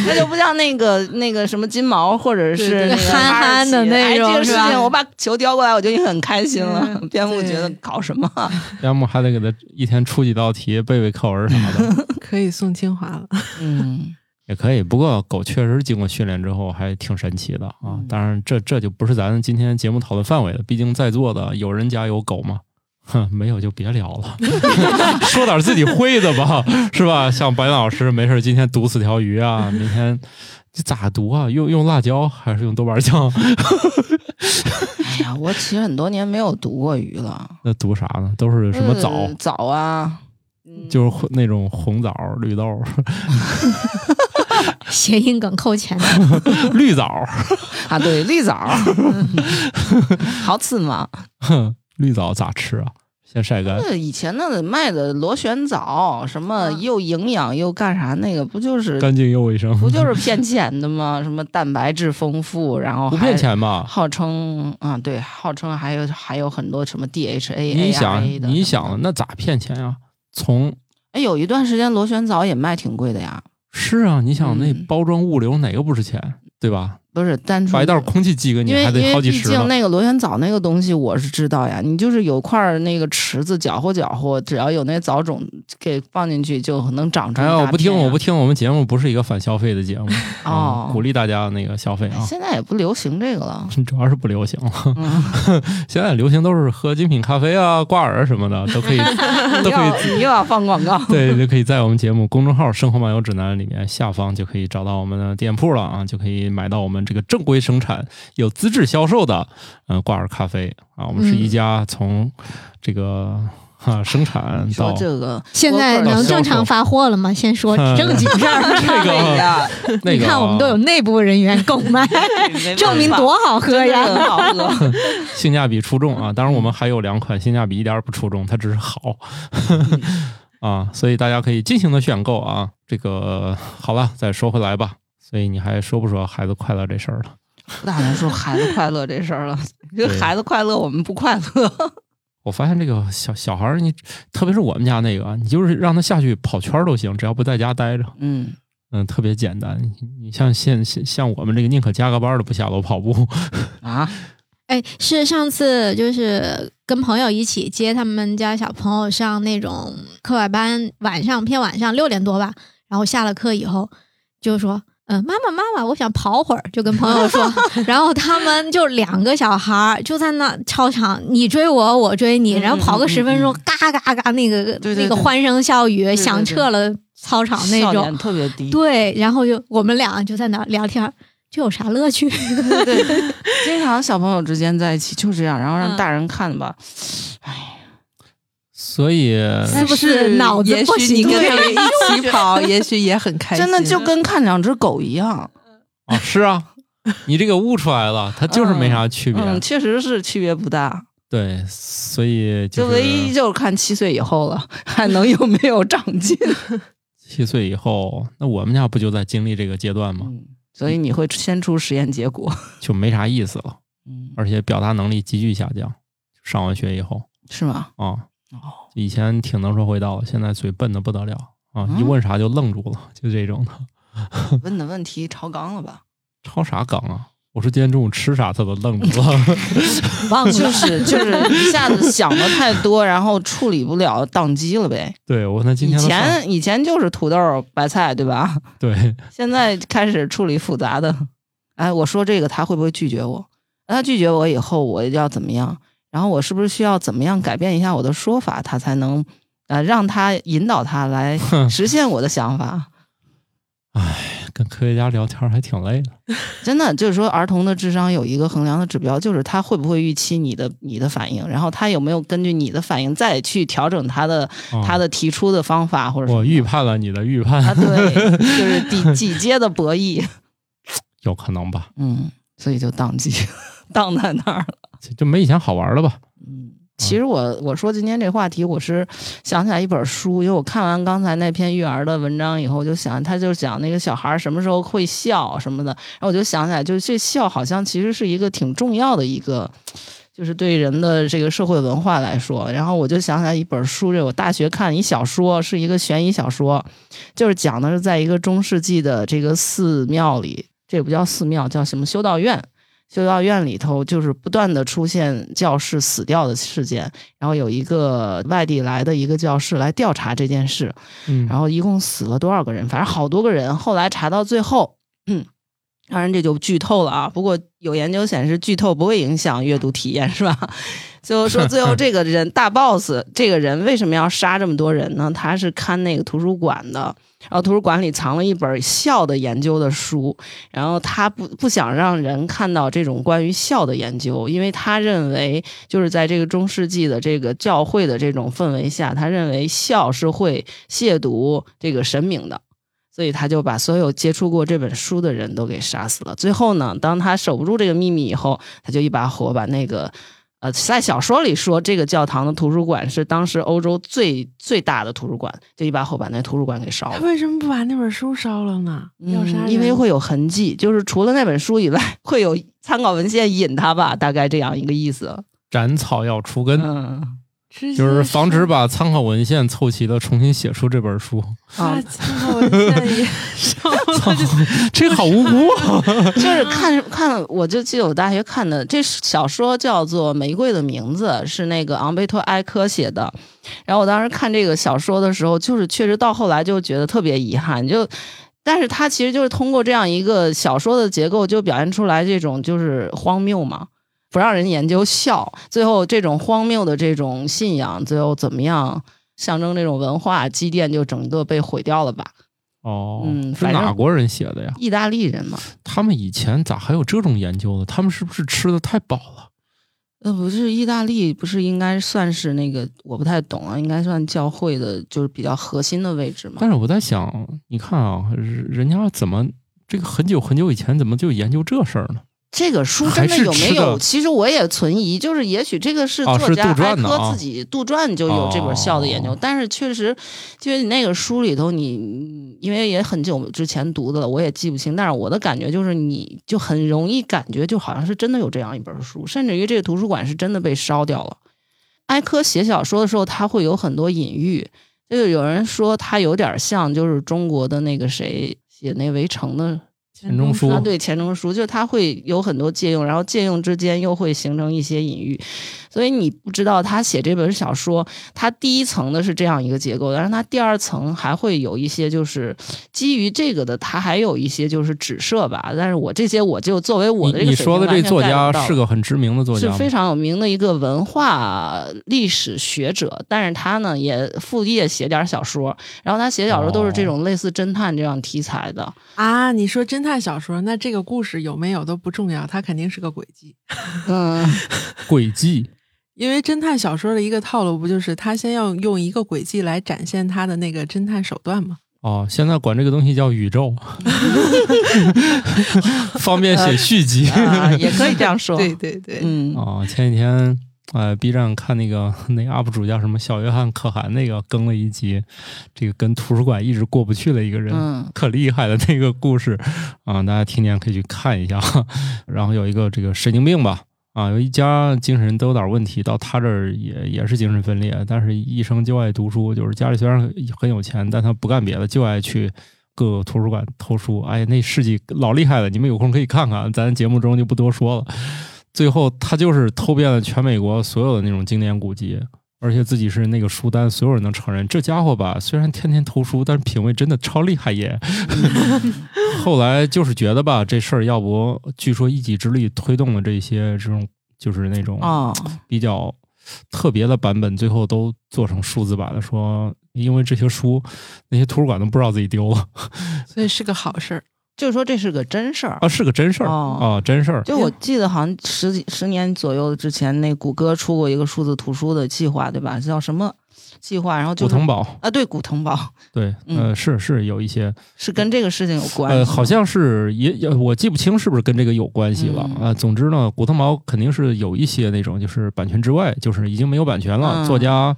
那就不像那个那个什么金毛或者
对
是
对
那个
憨
哈士
憨
奇
的那种
哎，这个事
是吧
情我把球叼过来，我就已经很开心了。
嗯
边牧觉得
对
搞什
[LAUGHS]
么？
[LAUGHS] 要么还得给他一天出几道题，背背课文啥的。
可以送清华了。
嗯，
也可以，不过狗确实经过训练之后还挺神奇的啊
嗯。
当然这，这就不是咱今天节目讨论范围了，毕竟在座的有人家有狗吗？ [LAUGHS] 哼，没有就别聊了， [LAUGHS] 说点自己会的吧， [LAUGHS] 是吧？像白岩老师，没事儿今天毒死条鱼啊，明天这咋毒啊？用用辣椒还是用豆瓣酱？ [LAUGHS]
哎呀，我其实很多年没有读过鱼了，
那毒啥呢？都是什么枣？
呃枣啊，嗯
就是红那种红枣、绿豆、
谐音梗扣钱的。
[LAUGHS] 绿枣。
啊，对，绿枣，
[LAUGHS]
好吃吗？
哼，绿枣咋吃啊？先晒干。
那以前那得卖的螺旋藻，什么
嗯
又营养又干啥，那个不就是
干净又卫生，
不
[LAUGHS]
就是骗钱的吗？什么蛋白质丰富，然后
不
还
骗，钱吧？
号称啊、对，号称还有还有很多什么 DHA，
你想，
ARA 的
你
什么
想，
的，
那咋骗钱呀、从
哎，有一段时间螺旋藻也卖挺贵的呀，
是啊，你想那
嗯
包装物流哪个不值钱，对吧？
不是单纯
把一袋空气寄给你
嗯因为
还
因
得好
为
几
毕
十
竟
呢。
那个螺旋藻那个东西我是知道呀，你就是有块儿那个池子搅和搅和，只要有那藻种给放进去就能长出
哎
一大
呀，
片呀。
我不听，我不听，我们节目不是一个反消费的节目
哦
啊，鼓励大家那个消费啊。
现在也不流行这
[LAUGHS]
个了。
主要是不流行了，
嗯，
[LAUGHS] 现在流行都是喝精品咖啡啊、挂耳什么的，都可以，
你
都可以
又要你又要放广
[LAUGHS]
告。
对，就可以在我们节目公众号“生活漫游指南”里面下方就可以找到我们的店铺了啊，就可以买到我们这个正规生产、有资质销售的呃挂耳咖啡啊。我们是一家从这个哈、[LAUGHS]
嗯
生产
说
嗯到
这个，
现在
我个人
能正常发货了吗？先说正经
[LAUGHS]
事儿。
这
哎
嗯个
[LAUGHS] 呀
那个，
你看，我们都有内部
[LAUGHS]
人员购买，证明多好喝
真的很
呀！
好喝。 [LAUGHS]
性价比出众啊。当然，我们还有两款性价比一点儿不出众，它只是好 [LAUGHS] 啊，所以大家可以尽情的选购啊。这个好了，再说回来吧。所以你还说不说孩子快乐这事儿了？
不打算说孩子快乐这事儿了，这
对
孩子快乐，我们不快乐。
我发现这个小小孩儿，你特别是我们家那个啊，你就是让他下去跑圈儿都行，只要不在家待着，
嗯，
嗯，特别简单。你你像现现像我们这个宁可加个班儿都不下楼跑步， [LAUGHS]
啊，
哎，是上次就是跟朋友一起接他们家小朋友上那种课外班，晚上偏晚上六点多吧，然后下了课以后就说。嗯，妈妈，妈妈，我想跑会儿，就跟朋
[LAUGHS]
友说，然后他们就两个小孩儿就在那操场，你追我，我追你，
嗯
然后跑个十分钟，嘎嘎嘎，那个
对对
那个
对
欢声笑语
对
响彻了操场那
笑
种，
点特别低。
对，然后就我们俩就在那儿聊天儿，这有啥乐趣？ [LAUGHS]
对对， [LAUGHS] 经常小朋友之间在一起就这样，然后让
嗯
大人看吧。哎，
所以
是不是脑子
也
不
许你
行
跟他们
[LAUGHS]
一起跑，也许也很开心。
真的就跟看两只狗一样。
啊，是啊，你这个悟出来了，它就是没啥区别。
嗯，确实是区别不大，
对，所以
就是唯一就是看七岁以后了，还能有没有长进。
七岁以后，那我们家不就在经历这个阶段吗？
嗯所以你会先出实验结果。
就没啥意思了，
嗯，
而且表达能力急剧下降。上完学以后
是吗？
啊，
哦，
以前挺能说会道的，现在嘴笨的不得了啊，
嗯
一问啥就愣住了，就这种的。嗯
问的问题超纲了
[LAUGHS]
吧？
抄啥岗啊？我说今天中午吃啥，他都愣住了。
[LAUGHS] 忘了，就是就是一下子想的太多，然后处理不了，宕机了呗。
对我问他今
以
天都上
前以前就是土豆白菜对吧？ [LAUGHS]
对
现在开始处理复杂的。哎，我说这个他会不会拒绝我？那他拒绝我以后，我要怎么样？然后我是不是需要怎么样改变一下我的说法，他才能呃让他引导他来实现我的想法？
跟科学家聊天还挺累的。
真的就是说，儿童的智商有一个衡量的指标，就是他会不会预期你的你的反应，然后他有没有根据你的反应再去调整他的、
啊
他的提出的方法或者什么
我预判了你的预判，
啊，对，就是几 [LAUGHS] 几阶的博弈，
有可能吧？
嗯，所以就宕机， [LAUGHS] 宕在那儿了。
就就没以前好玩了吧？
嗯，其实我我说今天这话题，我是想起来一本书，因为我看完刚才那篇育儿的文章以后，我就想，他就讲那个小孩儿什么时候会笑什么的，然后我就想起来，就是这笑好像其实是一个挺重要的一个，就是对人的这个社会文化来说。然后我就想起来一本书，这我大学看一小说，是一个悬疑小说，就是讲的是在一个中世纪的这个寺庙里，这也不叫寺庙，叫什么修道院。修道院里头就是不断的出现教士死掉的事件，然后有一个外地来的一个教士来调查这件事，
嗯，
然后一共死了多少个人？反正好多个人。后来查到最后，嗯，当然这就剧透了啊。不过有研究显示，剧透不会影响阅读体验，是吧？ [LAUGHS] 就说最后这个人大 boss 这个人为什么要杀这么多人呢？他是看那个图书馆的，然后图书馆里藏了一本笑的研究的书，然后他不不想让人看到这种关于笑的研究，因为他认为就是在这个中世纪的这个教会的这种氛围下，他认为笑是会亵渎这个神明的。所以他就把所有接触过这本书的人都给杀死了。最后呢，当他守不住这个秘密以后，他就一把火把那个，呃，在小说里说这个教堂的图书馆是当时欧洲最最大的图书馆，就一把火把那图书馆给烧
他
了。
为什么不把那本书烧了呢？要杀
嗯，
人，
因为会有痕迹，就是除了那本书以外， [LAUGHS] 会有参考文献引他吧，大概这样一个意思。
斩草要除根，
嗯，
直接
就是防止把参考文献凑齐了，重新写出这本书。
把
啊
参考文
[LAUGHS]
献也烧了，就
这好无
啊
辜，
就是看看，我就记得我大学看的这小说叫做《玫瑰的名字》，是那个昂贝托埃科写的。然后我当时看这个小说的时候，就是确实到后来就觉得特别遗憾，就。但是他其实就是通过这样一个小说的结构，就表现出来这种就是荒谬嘛，不让人研究笑，最后这种荒谬的这种信仰，最后怎么样象征这种文化积淀，就整个被毁掉了吧？
哦，
嗯
是
反正
哪国人写的呀？
意大利人嘛，
他们以前咋还有这种研究呢？他们是不是吃的太饱了？
呃，不是，意大利不是应该算是那个我不太懂啊，应该算教会的，就是比较核心的位置嘛
但。是我在想，你看啊，人人家怎么这个很久很久以前怎么就研究这事儿呢？
这个书真
还
的
是
有没
吃的
有？其实我也存疑，就是也许这个是
哦
作
是
家
杜
埃
撰的
科
啊
自己杜撰就有这本笑的研究，
哦
但是确实，就是你那个书里头你，你因为也很久之前读的了，我也记不清，但是我的感觉就是，你就很容易感觉就好像是真的有这样一本书，甚至于这个图书馆是真的被烧掉了。埃科写小说的时候，他会有很多隐喻，就是有人说他有点像就是中国的那个谁写那《围城》的
钱钟书
啊，对钱钟书，就是他会有很多借用，然后借用之间又会形成一些隐喻，所以你不知道他写这本小说，他第一层的是这样一个结构，但是他第二层还会有一些就是基于这个的，他还有一些就是指涉吧。但是我这些我就作为我的这
你
个
你
水
说的
平完
这
全
作
get
家
不到
是个很知名的作家
是
吗？
非常有名的一个文化历史学者，但是他呢也副业写点小说，然后他写小说都是
哦
这种类似侦探这样题材的。
啊，你说侦探小说，那这个故事有没有都不重要，它肯定是个轨迹。
嗯，
诡计
因为侦探小说的一个套路不就是他先要用一个轨迹来展现他的那个侦探手段吗？
哦，现在管这个东西叫宇
[LAUGHS]
宙，方便写续集。
[LAUGHS] 啊，也可以这样说。
对对对，
嗯，
[LAUGHS] 哦，前几天呃，B 站看那个 [LAUGHS] 那 UP 主叫什么小约翰可汗那个更了一集，这个跟图书馆一直过不去的一个人，
嗯
可厉害的那个故事啊、 [LAUGHS] 大家听见可以去看一下。 [LAUGHS] 然后有一个这个神经病吧。啊，有一家精神都有点问题，到他这儿也也是精神分裂，但是一生就爱读书，就是家里虽然很有钱，但他不干别的，就爱去各图书馆偷书。哎呀，那事迹老厉害了，你们有空可以看看，咱节目中就不多说了。最后他就是偷遍了全美国所有的那种经典古籍，而且自己是那个书单所有人能承认。这家伙吧，虽然天天偷书，但是品味真的超厉害
[LAUGHS]
耶。后来就是觉得吧，这事儿要不据说一己之力推动了这些这种就是那种
哦，
比较特别的版本，最后都做成数字版的。说因为这些书，那些图书馆都不知道自己丢了
所以是个好事儿。
就是说这是个真事儿。
啊，是个真事儿
哦
啊，真事儿。
就我记得好像十几十年左右之前，那谷歌出过一个数字图书的计划，对吧？叫什么计划？然后就嗯
古
是
腾堡，
啊，对，古腾堡
对，呃，是是有一些，
是跟这个事情有关。
呃，好像是也也，我记不清是不是跟这个有关系了啊、
嗯
总之呢，古腾堡肯定是有一些那种就是版权之外，就是已经没有版权了，
嗯
作家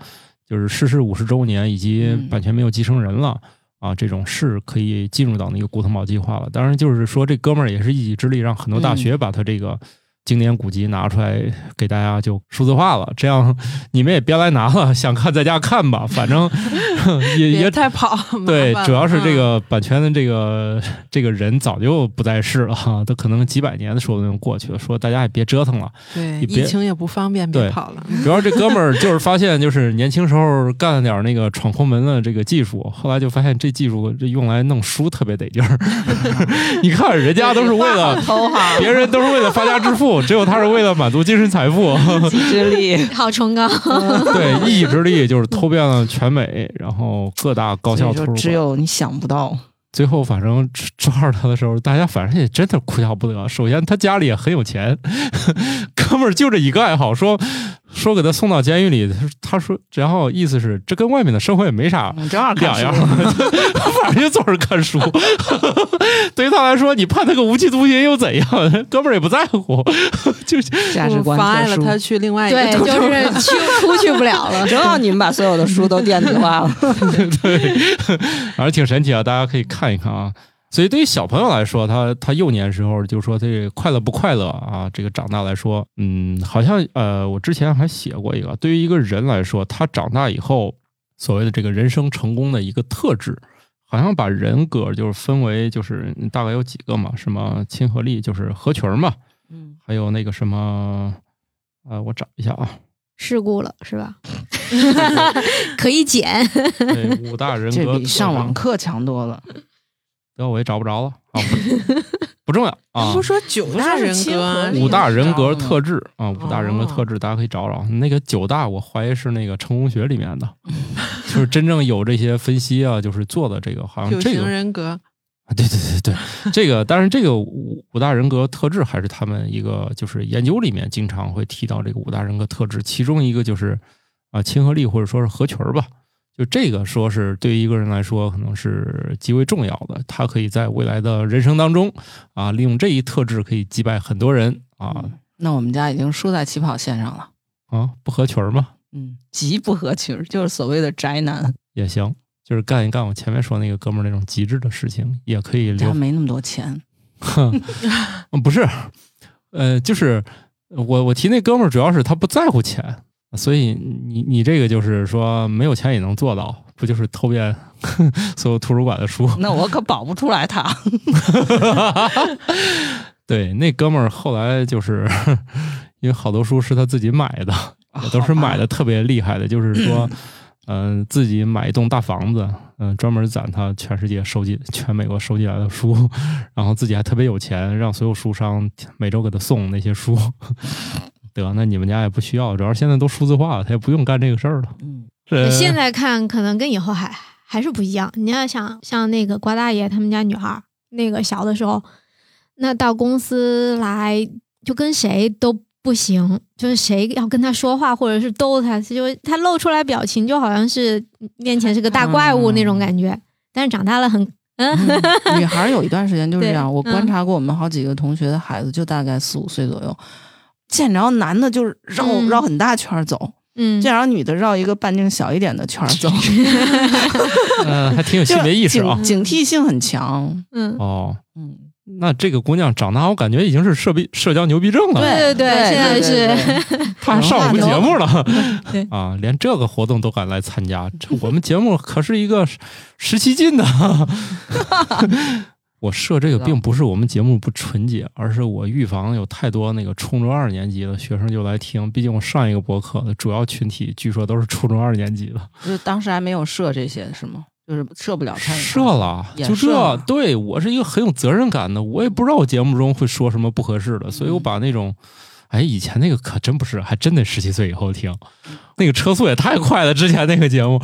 就是逝世五十周年以及
嗯
版权没有继承人了。啊，这种是可以进入到那个古腾堡计划了。当然，就是说这哥们儿也是一己之力，让很多大
嗯
学把他这个经典古籍拿出来给大家就数字化了。这样你们也别来拿了，想看在家看吧，反正 [LAUGHS] 也也
别太跑，麻
对，
烦
主要是
嗯
这个
了
版权的这个这个人早就不在世了哈，都可能几百年的时候就过去了。说大家也别折腾了，
嗯
你
对
别
疫情也不方便，别
对
跑了。
主要这哥们儿就是发现，就是年轻时候干了点那个闯空门的这个技术，后来就发现这技术这用来弄书特别得劲
[LAUGHS]
儿。你看人家都是为了，
头哈，
别人都是为了发家致富，只有他是为了满足精神财
[LAUGHS]
富。
一己
[LAUGHS]
之力。
好崇高，
对，一己之力就是偷遍了全美，然后各大高校
所
图书
以说
馆。
只有你想不到，
最后反正抓着他的时候，大家反正也真的哭笑不得。首先他家里也很有钱， [LAUGHS] 哥们儿就这一个爱好，说说给他送到监狱里，他说他说，然后意思是这跟外面的生活也没啥。
你正好看
两
书
样， [LAUGHS] 反正就总是看书。 [LAUGHS] 对于他来说，你判他个无期徒刑又怎样？哥们儿也不在乎， [LAUGHS] 就
价值
就
观
妨碍
特
了
殊
他去另外一个
对，
城
就
啊
市
是去出去不了
[LAUGHS]
了。
正好你们把所有的书都电子化了。
反正挺神奇啊，大家可以看一看啊。所以对于小朋友来说，他他幼年时候就说这快乐不快乐啊，这个长大来说，嗯，好像呃，我之前还写过一个，对于一个人来说，他长大以后嗯所谓的这个人生成功的一个特质，好像把人格就是分为就是嗯大概有几个嘛，什么亲和力就是合群儿嘛，
嗯，
还有那个什么，呃，我找一下
[LAUGHS]
啊，
事故了是吧？可以减，
对五大 [LAUGHS] 人
这
格
比上网
特
课强多了。
征，得我也找不着了啊，不
[LAUGHS]
不重要啊。
不说九大人格啊，
不是
五大人格
这个是
特质
嗯
啊，五大人格特质，大家可以找找。那个九大，我怀疑是那个成功学里
[LAUGHS]
面的，就是真正有这些分析啊，就是做的这个，好像
九
这
型
个，
人格，
啊对对对对，这个，但是这个五五大人格特质还是他们一个，就是研究里面经常会提到这个五大人格特质，其中一个就是啊亲和力或者说是合群儿吧，就这个说是对于一个人来说可能是极为重要的，他可以在未来的人生当中啊，利用这一特质可以击败很多人啊。
嗯那我们家已经输在起跑线上了。
啊，不合群儿嘛，
嗯，极不合群，就是所谓的宅男。
也行，就是干一干我前面说那个哥们儿那种极致的事情，也可以留
家。没那么多 [LAUGHS] 钱，
嗯不是，呃，就是我我提那哥们儿，主要是他不在乎钱，所以你你这个就是说没有钱也能做到，不就是偷遍 [LAUGHS] 所有图书馆的书？
那我可保不出来他。
对，那哥们儿后来就是 [LAUGHS] 因为好多书是他自己买的，也都是买的特别厉害的，就是说，嗯、自己买一栋大房子，嗯、专门攒他全世界收集、全美国收集来的书， [LAUGHS] 然后自己还特别有钱，让所有书商每周给他送那些书。 [LAUGHS] 得，那你们家也不需要，主要是现在都数字化了，他也不用干这个事儿了。
嗯，
[LAUGHS]
这
现在看可能跟以后还还是不一样。你要想像那个瓜大爷他们家女孩儿，那个小的时候，那到公司来就跟谁都不行，就是谁要跟他说话或者是逗他，他就他露出来表情就好像是面前是个大怪物
嗯
那种感觉。但是长大了很
嗯 [LAUGHS] 女孩儿有一段时间就是这样，
对
我观
嗯
察过我们好几个同学的孩子，就大概四五岁左右，见着男的就是绕、
嗯
绕很大圈儿走，
嗯
见着女的绕一个半径小一点的圈儿走，
嗯，还挺有
就
性别意识啊
警。警惕性很强。
嗯，
哦，
嗯，
那这个姑娘长大，我感觉已经是社比社交牛逼症了，
对对
嗯对，
现在是
对对
她还上我们节目了
对
啊，连这个活动都敢来参加，这我们节目可是一个十七禁的。我设这个并不是我们节目不纯洁，而是我预防有太多那个初中二年级的学生就来听，毕竟我上一个博客的主要群体据说都是初中二年级的。
就是当时还没有设这些是吗？就是设不了太
射了，
也
就
射
这
了，
对我是一个很有责任感的，我也不知道我节目中会说什么不合适的，所以我把那种，
嗯
哎，以前那个可真不是，还真得十七岁以后听，
嗯
那个车速也太快了，之前那个节目，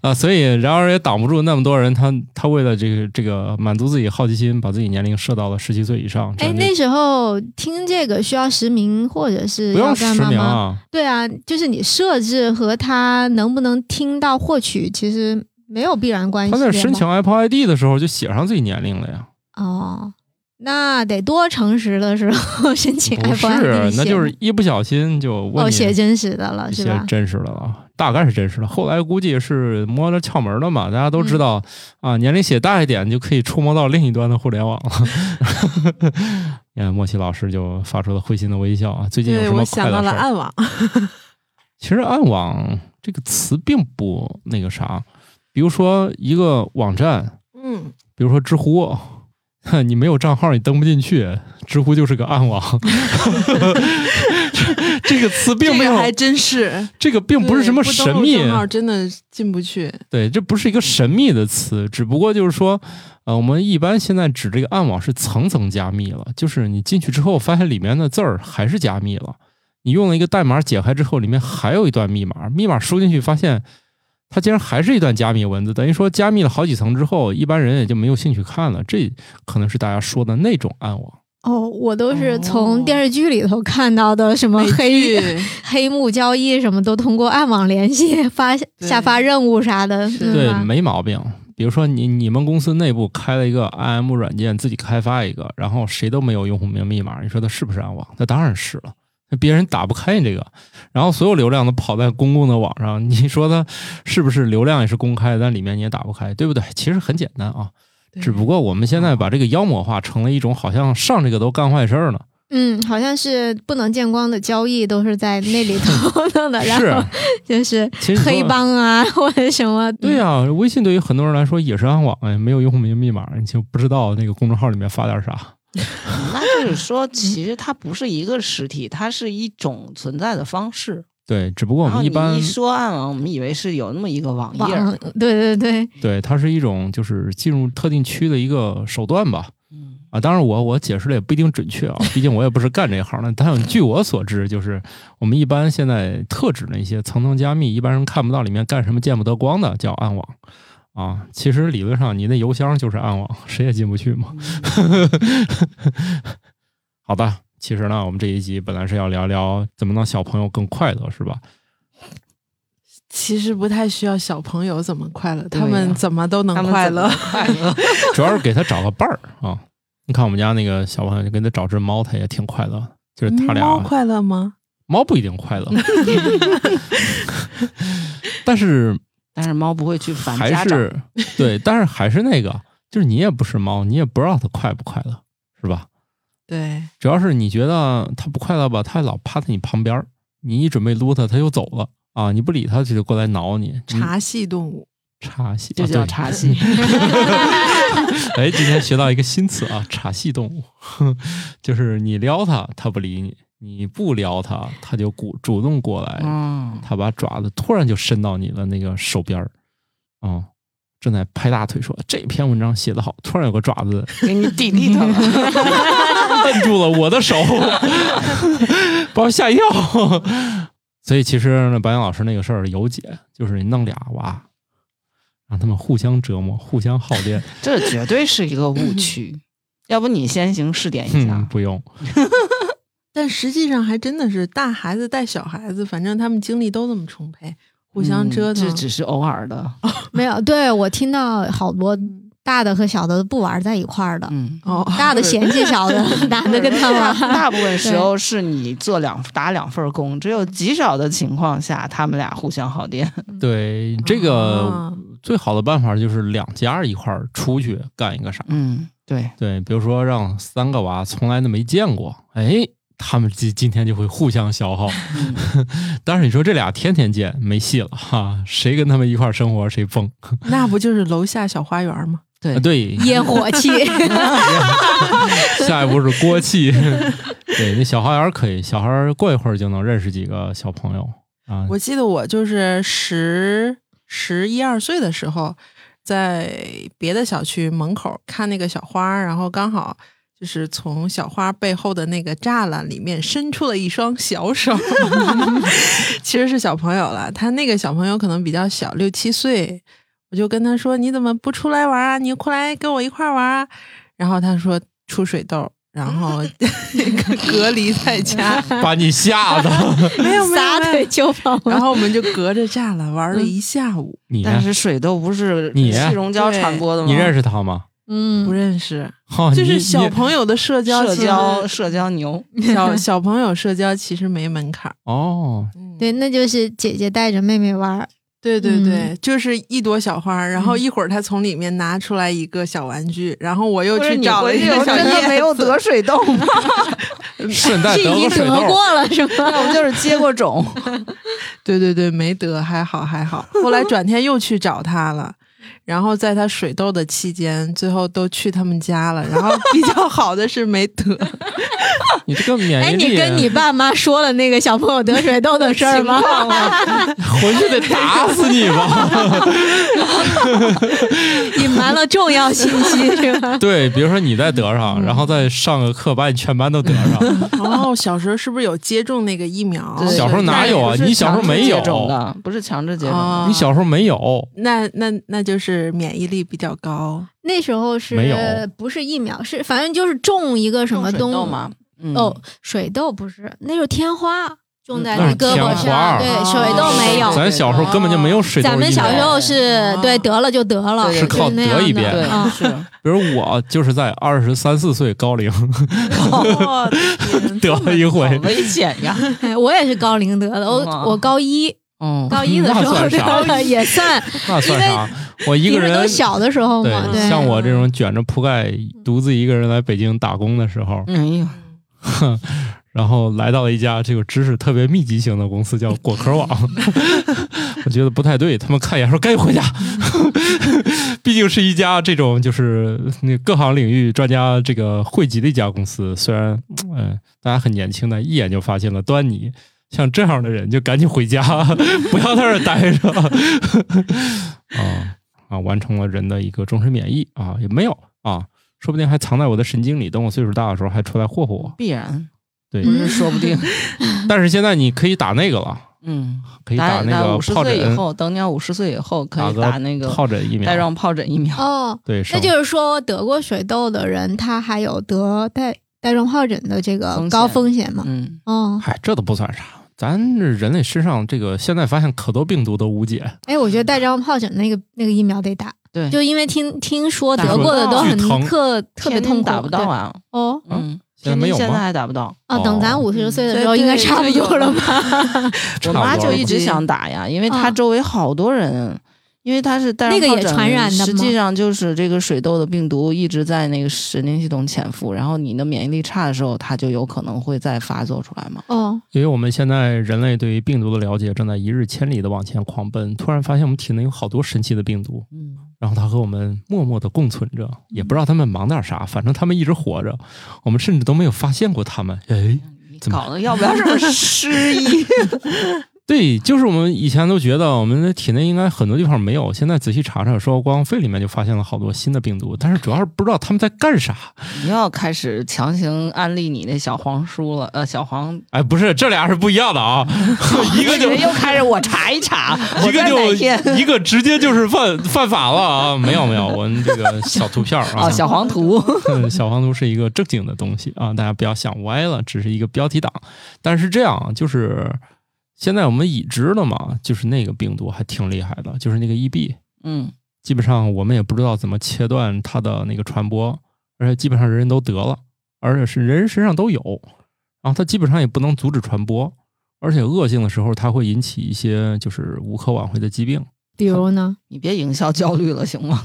啊，所以然而也挡不住那么多人，他他为了这个这个满足自己好奇心，把自己年龄设到了十七岁以上，这
哎，
样就
那时候听这个需要实名或者是
不
要
用
干
实
嘛
名
吗？
啊，
对啊，就是你设置和他能不能听到获取其实没有必然关系
他
的嘛。
在申请 Apple ID 的时候就写上自己年龄了呀，
哦，那得多诚实的时候申请
不
iPhone
是
ID，
那就是
写
一不小心就问
哦
你
写真实的了
一
是
些
吧？
真实的了，啊大概是真实的。后来估计是摸着窍门了嘛，大家都
嗯
知道、啊，年龄写大一点就可以触摸到另一端的互联网了。 [LAUGHS] 你看莫奇老师就发出了会心的微笑啊！最近有
对
什
我
么快
想到
乐事
了
儿？
暗网，
其实“暗网”这个词并不那个啥，比如说一个网站，
嗯，
比如说知乎， [LAUGHS] 哼你没有账号你登不进去，知乎就是个
[LAUGHS]
暗网。 [LAUGHS] 这这个词并
这
没有
个，还真是，
这个并不是
对
什么
不登
神
录
秘，
账号真的进不去。
对，这不是一个神秘的词，只不过就是说，呃，我们一般现在指这个暗网是层层加密了，就是你进去之后发现里面的字儿还是加密了，你用了一个代码解开之后，里面还有一段密码，密码输进去发现它竟然还是一段加密文字，等于说加密了好几层之后，一般人也就没有兴趣看了，这可能是大家说的那种暗网。
哦，我都是
哦
从电视剧里头看到的什么
美
黑
剧
黑幕交易什么都通过暗网联系发
对
下发任务啥的，
是
嗯
对，
吧
没毛病。比如说你你们公司内部开了一个 IM 软件，自己开发一个，然后谁都没有用户名密码，你说它是不是暗网？那当然是了，那别人打不开你这个，然后所有流量都跑在公共的网上， [LAUGHS] 你说它是不是流量也是公开的，但里面你也打不开，对不对？其实很简单啊，
对
只不过我们现在把这个妖魔化成了一种好像上这个都干坏事儿呢。
嗯，好像是不能见光的交易都是在那里头
[LAUGHS]
弄的，呃然
是啊
后，就是
其实你
黑
说
帮啊或者什么，
对啊呀、微信对于很多人来说也是暗网哎，没有用户名密码，你就不知道那个公众号里面发点啥。
那就是说，其实它不是一个实体，它是一种存在的方式。
对，只不过我
然后
们一
你
般
一说暗网，我们以为是有那么一个网页儿。
网，对对对，
对，它是一种就是进入特定区的一个手段吧。
嗯
啊，当然我我解释的也不一定准确啊，毕竟我也不是干这一行的。但据我所知，就是我们一般现在特指那些层层加密，一般人看不到里面干什么见不得光的，叫暗网。啊，其实理论上你那邮箱就是暗网，谁也进不去嘛。
嗯
[LAUGHS] 好的，其实呢，我们这一集本来是要聊聊怎么让小朋友更快乐，是吧？
其实不太需要小朋友怎么快乐，
对
他们
呀
怎么都能
他们
快
怎么
乐。
快乐，
主要是给他找个伴儿啊。你看我们家那个小朋友，就给他找只猫，他也挺快乐的。就是他俩
猫快乐吗？
猫不一定快乐，但是
[LAUGHS] 但是猫不会去烦
还
家长。
是对，但是还是那个，就是你也不是猫，你也不知道它快不快乐，是吧？
对，
只要是你觉得它不快乐吧，它老趴在你旁边儿，你一准备撸它，它又走了啊！你不理它，它就过来挠你。
嗯
你
茶系动物，
茶系，
这
啊
叫
对
茶戏。
[LAUGHS] 哎，今天学到一个新词啊， [LAUGHS] 茶系动物，就是你撩它，它不理你；你不撩它，它就主主动过来，
[LAUGHS]
嗯，
它把爪子突然就伸到你的那个手边儿，啊、正在拍大腿说这篇文章写得好，突然有个爪子 [LAUGHS]
给你弟弟他了。
摁住了我的手， [LAUGHS] 把我吓一跳。 [LAUGHS] 所以其实呢，白岩老师那个事儿有解，就是你弄俩娃，让他们互相折磨，互相耗电。
[LAUGHS] 这绝对是一个误
嗯
区。要不你先行试点一
嗯
下，
不用。
但实际上还真的是大孩子带小孩子，反正他们精力都那么充沛，互相折腾
嗯
啊
这。只是偶尔的，
没有，对我听到好多大的和小的不玩在一块儿的，
嗯，
哦， [LAUGHS]
大的嫌弃小的，男的跟他玩。
[LAUGHS] 大部分时候是你做两打两份工，只有极少的情况下他们俩互相耗电。
对，这个
啊
最好的办法就是两家一块儿出去干一个啥。
嗯，对，
对，比如说让三个娃从来都没见过，哎，他们今今天就会互相消耗。 [LAUGHS] 但是你说这俩天天见，没戏了哈，谁跟他们一块儿生活谁崩。
那不就是楼下小花园吗？
对
啊 [LAUGHS] 对，
烟火气，
下一步是锅气。对，那小花园可以，小孩儿过一会儿就能认识几个小朋友啊。
我记得我就是十十一二岁的时候，在别的小区门口看那个小花，然后刚好就是从小花背后的那个栅栏里面伸出了一双小手， [LAUGHS] 其实是小朋友了。他那个小朋友可能比较小，六七岁，我就跟他说：“你怎么不出来玩啊？你过来跟我一块儿玩啊！”然后他说：“出水痘。”然后 [LAUGHS] 隔离在家，
把你吓的，
没有没有没有
[LAUGHS] 撒腿就跑
[LAUGHS]
然后我们就隔着栅栏玩了一下午，
你
但是水痘不是
你
气溶胶
对
传播的吗？
你认识他吗？
嗯
不，认识，
哈、
就是
你
小
你
朋友的社交，
社交社交牛，
小 [LAUGHS] 小朋友社交其实没门槛儿。
哦，
嗯
对，那就是姐姐带着妹妹玩儿，
对对对，嗯就是一朵小花儿，然后一会儿他从里面拿出来一个小玩具，然后我又
不是
去
你
找了
回
一
去
个
有
小
真的没
叶
有
子
得水痘吗？
顺带
是
得
你
个
得
水痘。
过了是吗？
我就是接过 [LAUGHS] 种，
[LAUGHS] 对对对，没得，还好还好。后来转天又去找他了，然后在他水痘的期间，最后都去他们家了。然后比较好的是没 [LAUGHS] 得，
你这个免
哎，
疫力，
你跟你爸妈说了那个小朋友得水痘的事
[LAUGHS]
儿吗？
回去得打死你
[LAUGHS]
吧。
隐瞒了重要信息是吧？
对，比如说你再得上，
嗯
然后再上个课，把你全班都得
[LAUGHS]
上。
然后哦小时候是不是有接种那个疫苗？
对
小时候哪有啊
不是
你小时候没有
强制接种的，不是强制接种的。
啊
你小时候没
哦
有，
那那那就是免疫力比较
[LAUGHS]
高。
那时候是
没有
不是疫苗？是反正就是种一个什么东
种水痘
西
嘛？嗯
哦，，水痘不是，那时候天花种在
嗯那
你
是
胳
天
膊
花
上，对，
哦
水痘没有。
咱小时候根本就没有水痘疫
咱
苗。
们小时候是
哦
对得了就得了，
对
是靠
那样
得一
的
遍
对，
[LAUGHS]
[LAUGHS]
啊
是
比如我就是在二十三四岁高
[LAUGHS]
龄
哦天
得了一
好
回，
哦
危险
[LAUGHS]
呀！
哎我也是高龄得的，我
嗯 [LAUGHS] 啊
我高一
哦，
高一的时候
那算
得
啥
[LAUGHS]
了，也算，
那算啥？我一
因
个
为
人
都小的时候嘛，对，
像我这种卷着铺盖独自一个人来北京打工的时候，
哎呦，
然后来到了一家这个知识特别密集型的公司，叫果壳网。我觉得不太对，他们看一眼说赶紧回家，毕竟是一家这种就是那各行领域专家这个汇集的一家公司。虽然嗯、呃大家很年轻的，一眼就发现了端倪。像这样的人就赶紧回家， [LAUGHS] 不要在这儿待着。 [LAUGHS] 啊啊，完成了人的一个终身免疫啊，也没有啊，说不定还藏在我的神经里，等我岁数大的时候还出来霍霍我。
必然
对，
不是说不定，
但是现在你可以打那个了，
嗯，
[LAUGHS] 可以
打
那
打
个
五十
疱
岁以
疹，
后，等你五十岁以后可
打
以打那个
疱疹疫苗
带。状疱疹疫苗。
哦，
对，是
那就是说得过水痘的人，他还有得带带状疱疹的这个
风险
高风险嘛？
嗯，
哦，
嗨，这都不算啥。咱这人类身上这个现在发现可多病毒都无解，
哎，我觉得带状疱疹那个那个疫苗得打，
对，
就因为听听说
嗯打
得
不
过的
到
都很
巨疼
特特别
天津
痛苦，
打不到
对
啊。
哦。
嗯，
现在没有
天津现在
吗？
还打不到。
哦，等咱
哦
五十岁的
对
时候，应该
对
差不
就有
多了吧？
[LAUGHS] 差不多
我
嗯
妈就
了
一直想打呀，因为她周围好多人，因为她是带
那个
状疱
也
疹
传染的吗
实际上就是这个水痘的病毒一直在那个神经系统潜伏，然后你的免疫力差的时候，它就有可能会再发作出来嘛。
哦，
因为我们现在人类对于病毒的了解正在一日千里的往前狂奔，突然发现我们体内有好多神奇的病毒，
嗯，
然后它和我们默默的共存着，也不知道他们忙点啥，反正他们一直活着，我们甚至都没有发现过他们。哎，怎么
搞得要不要这么失忆？
对，就是我们以前都觉得我们的体内应该很多地方没有，现在仔细查查，说光肺里面就发现了好多新的病毒，但是主要是不知道他们在干啥。
[LAUGHS] 你要开始强行安利你那小黄书了，呃，小黄，
哎，不是，这俩是不一样的啊， [LAUGHS] 一个就
又开始我查一查，
[LAUGHS] 一个
我在哪天
就一个直接就是犯犯法了啊！没有没有，我们这个小图片儿啊，
[LAUGHS] 哦，小黄图，
嗯， [LAUGHS] 小黄图是一个正经的东西啊，大家不要想歪了，只是一个标题党。但是这样啊就是现在我们已知的嘛，就是那个病毒还挺厉害的，就是那个 E EB，
嗯
基本上我们也不知道怎么切断它的那个传播，而且基本上人人都得了，而且是人人身上都有，然后它基本上也不能阻止传播，而且恶性的时候它会引起一些就是无可挽回的疾病。
比如呢，
你别营销焦虑了，行吗？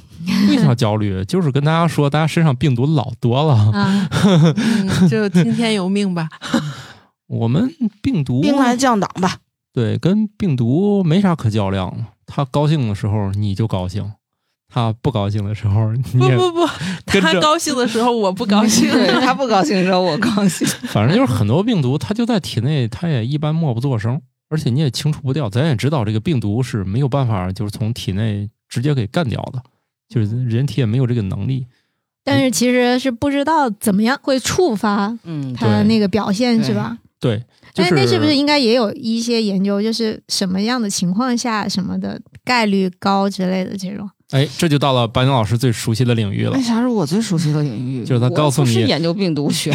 为啥焦虑？就是跟大家说，大家身上病毒老多了，
啊，
嗯，就听天由命吧。
我们病毒
兵来将挡吧。
对，跟病毒没啥可较量了。他高兴的时候你就高兴，他不高兴的时候你
不 [LAUGHS]
也， [LAUGHS]
不不，
跟
他
着
高兴的时候我不
啊 [LAUGHS]
高兴。。
[LAUGHS] 对他不高兴的时候，我高兴。
反正就是很多病毒，它就在体内，它也一般默不作声，而且你也清除不掉。咱也知道这个病毒是没有办法，就是从体内直接给干掉的，就是人体也没有这个能力。
但是其实是不知道怎么样会触发
嗯，
它的那个表现，是吧？
对，就
但
是
哎那是不是应该也有一些研究，就是什么样的情况下什么的概率高之类的这种？
哎，这就到了白宁老师最熟悉的领域了
[LAUGHS]
为。啥是我最熟悉的领域？
就是他告诉你
我不是研究病毒学，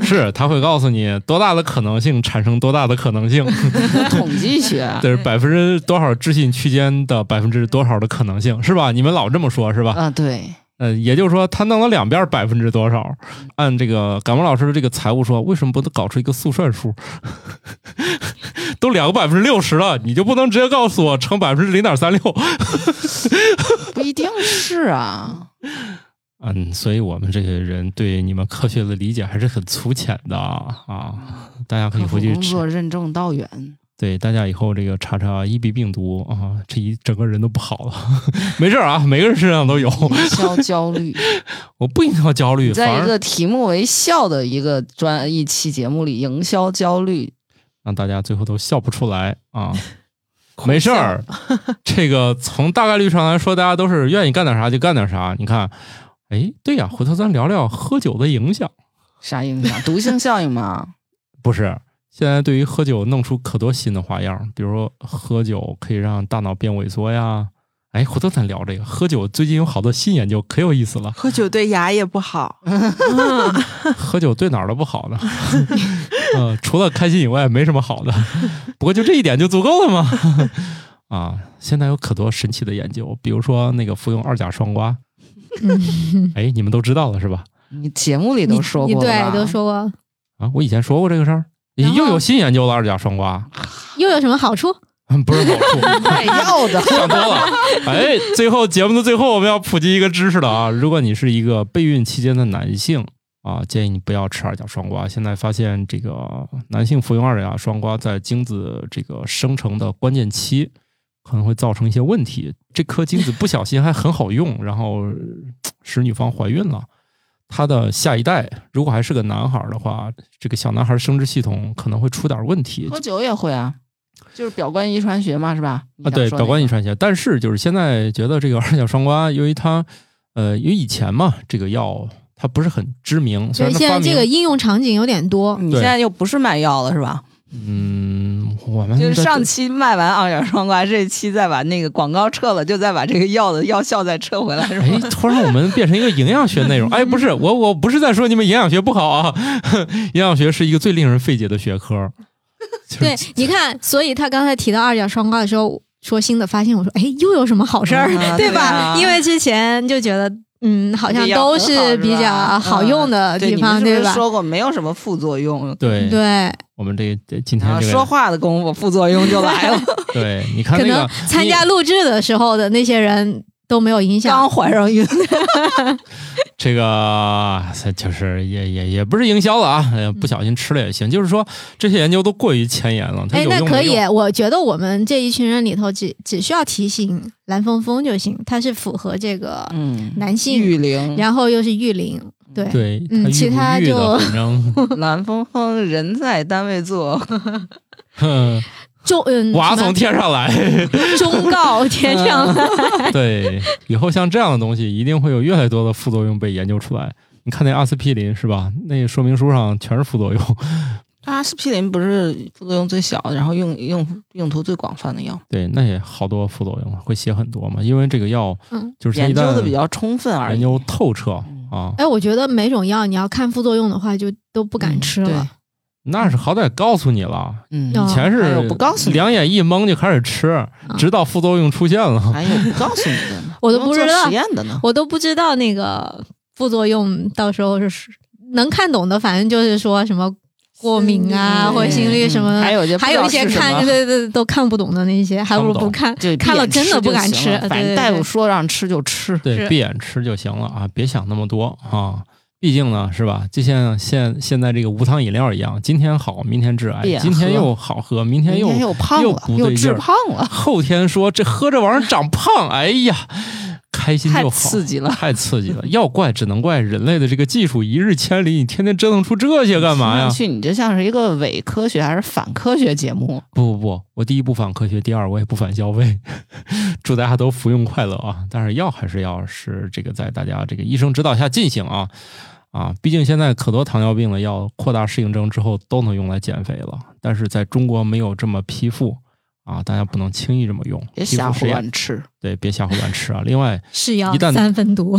是，他会告诉你多大的可能性产生多大的可
[LAUGHS]
能性， [LAUGHS]
我统计学。
对，百分之多少置信区间的百分之多少的可能性，是吧？你们老这么说，是吧？
啊，对，
呃，也就是说，他弄了两边百分之多少？
嗯
按这个感冒老师的这个财务说，为什么不能搞出一个速算数？ [LAUGHS] 都两个百分之六十了，你就不能直接告诉我乘百分之零点三六？
不一定是
[LAUGHS]
啊。
嗯，所以我们这些人对你们科学的理解还是很粗浅的啊！大家可以
科
回
普
去
工
查
作认证道远，
对大家以后这个查查伊比病毒啊，这一整个人都不好了。 [LAUGHS] 没事儿啊，每个人身上都有。 [LAUGHS]
营销焦虑。
我不影响焦虑，反
在一
而
个题目为笑的一个专一期节目里，营销焦虑，
让大家最后都笑不出来 [LAUGHS] 啊。没事儿，这个从大概率上来说，大家都是愿意干点啥就干点啥。你看，哎，对呀、回头咱聊聊喝酒的影响。
啥影响？毒性效应嘛。
不是，现在对于喝酒弄出可多新的花样，比如说喝酒可以让大脑变萎缩呀。哎，回头咱聊这个喝酒，最近有好多新研究，可有意思了
喝酒对牙也不好，
喝酒对哪儿都不好呢， [LAUGHS] 呃，除了开心以外没什么好的。不过就这一点就足够了嘛。 [LAUGHS] 啊，现在有可多神奇的研究，比如说那个服用二甲双胍，
嗯
哎，你们都知道了是吧？
你节目里都说
你
过了吧 [LAUGHS]
对，都说过，
啊，我以前说过这个事儿，
然后
又有新研究了二甲双胍，嗯
又有什么好处？
不是好处。
卖药的 [LAUGHS]
想多了。 [LAUGHS] 哎，最后节目的最后，我们要普及一个知识了啊！如果你是一个备孕期间的男性啊，建议你不要吃二甲双胍。现在发现这个男性服用二甲双胍在精子这个生成的关键期可能会造成一些问题。这颗精子不小心还很好用，然后呃使女方怀孕了。她的下一代如果还是个男孩儿的话，这个小男孩儿生殖系统可能会出点问题，
喝酒也会啊，就是表观遗传学嘛，是吧？你
啊，
想
对，
说
表观
那
遗
个
传学。但是就是现在觉得这个二甲双胍，由于它，呃，因为以前嘛，这个药它不是很知名，虽
所
然
以
它
现
发
在
明，
这个应用场景有点多，
你
对
现在又不是卖药了，是吧？
嗯，我们
就是
在
上期卖完二甲双胍，这期再把那个广告撤了，就再把这个药的药效再撤回来，是吧？
哎，突然我们变成一个营养学内容。哎，不是，我我不是在说你们营养学不好啊， [LAUGHS] 营养学是一个最令人费解的学科。
[LAUGHS]
就是
对， [LAUGHS] 你看，所以他刚才提到二甲双胍的时候，说新的发现，我说，哎，又有什么好事儿，
嗯啊
[LAUGHS] 对
对
吧？
啊
因为之前就觉得，嗯， [LAUGHS] 好像都是比较好用的
对，
地
你们
方，
是不
对
是
吧？
说过没有什么副作用？
对，
对，
我们这这今
然
天
后
这
啊说
个，
话的功夫，副作用就来
[LAUGHS]
了。
对，你看
可
那
能
个
参加录制的时候的那些人都没有影响
刚。怀上孕，
这个呃就是也也也不是营销了啊，哎呀
嗯
不小心吃了也行。就是说这些研究都过于前沿了，它
哎
有，
那
用
可
没
以
用？，
我觉得我们这一群人里头只，只需要提醒蓝峰峰就行，他是符合这个
[LAUGHS] 嗯，
男性，
育龄，
然后又是育龄，对，
对，
嗯
它
其
郁不
他
郁的
就
反
[LAUGHS]
正
蓝峰峰人在单位坐，
哼
中嗯，
[LAUGHS] 娃
什么
从天上
[LAUGHS]
来。
忠告天
嗯
上来。
对，以后像这样的东西一定会有越来越多的副作用被研究出来。你看那阿司匹林是吧？那说明书上全是副作用。 [LAUGHS]
阿司匹林不是副作用最小，然后用用用途最广泛的药，
对，那也好多副作用，会写很多嘛。因为这个药
嗯
就是它一
研究
旦
的比较充分而
研
已。
究透彻
嗯
啊，
呃哎，我觉得每种药你要看副作用的话，就都不敢吃了。
那是好歹告诉你了，
嗯，
哦，
[LAUGHS] 以前
哎
是
呦不告诉你
两眼一蒙就开始吃，
嗯
直到副作用出现了。
还有不告诉你的呢
我都不知道
做实验的呢。
我都不知道那个副作用到时候是能看懂的，反正就是说什么过敏
心
啊，
率
或者心率什么的，
嗯还有一些不
还
知道
有一些
是什
看
么
对对对都看不懂的那些，还不如不看，
就
看了真的不敢
闭
吃
眼就行了反
对对
正
对
大夫说让吃就吃。
对，
是
闭眼吃就行了啊，别想那么多啊。毕竟呢，是吧？就像现现在这个无糖饮料一样，今天好，明天致癌
闭，眼
今天
哎喝
又好喝，明天
明
又
天又胖
又
了，
不
又
对劲
致
儿
胖了，
后天说这喝这玩意儿长胖，哎呀，开心就
太
好，
刺
[LAUGHS]
激了。
太刺激了。要怪只能怪人类的这个技术一日千里，你天天折腾出这些干嘛呀
听上？去你这 [LAUGHS] 像是一个伪科学还是反科学节目？
不不不，我第一不反科学，第二我也不反消费， [LAUGHS] 祝大家都服用快乐啊！但是药还是要是这个在大家这个医生指导下进行啊啊！毕竟现在可多糖尿病的药扩大适应症之后都能用来减肥了，但是在中国没有这么批复啊，大家不能轻易这么用，
别
批
瞎
复
胡
实验
乱吃。
对，别瞎胡乱吃啊！另外，
是药
一旦
三分毒。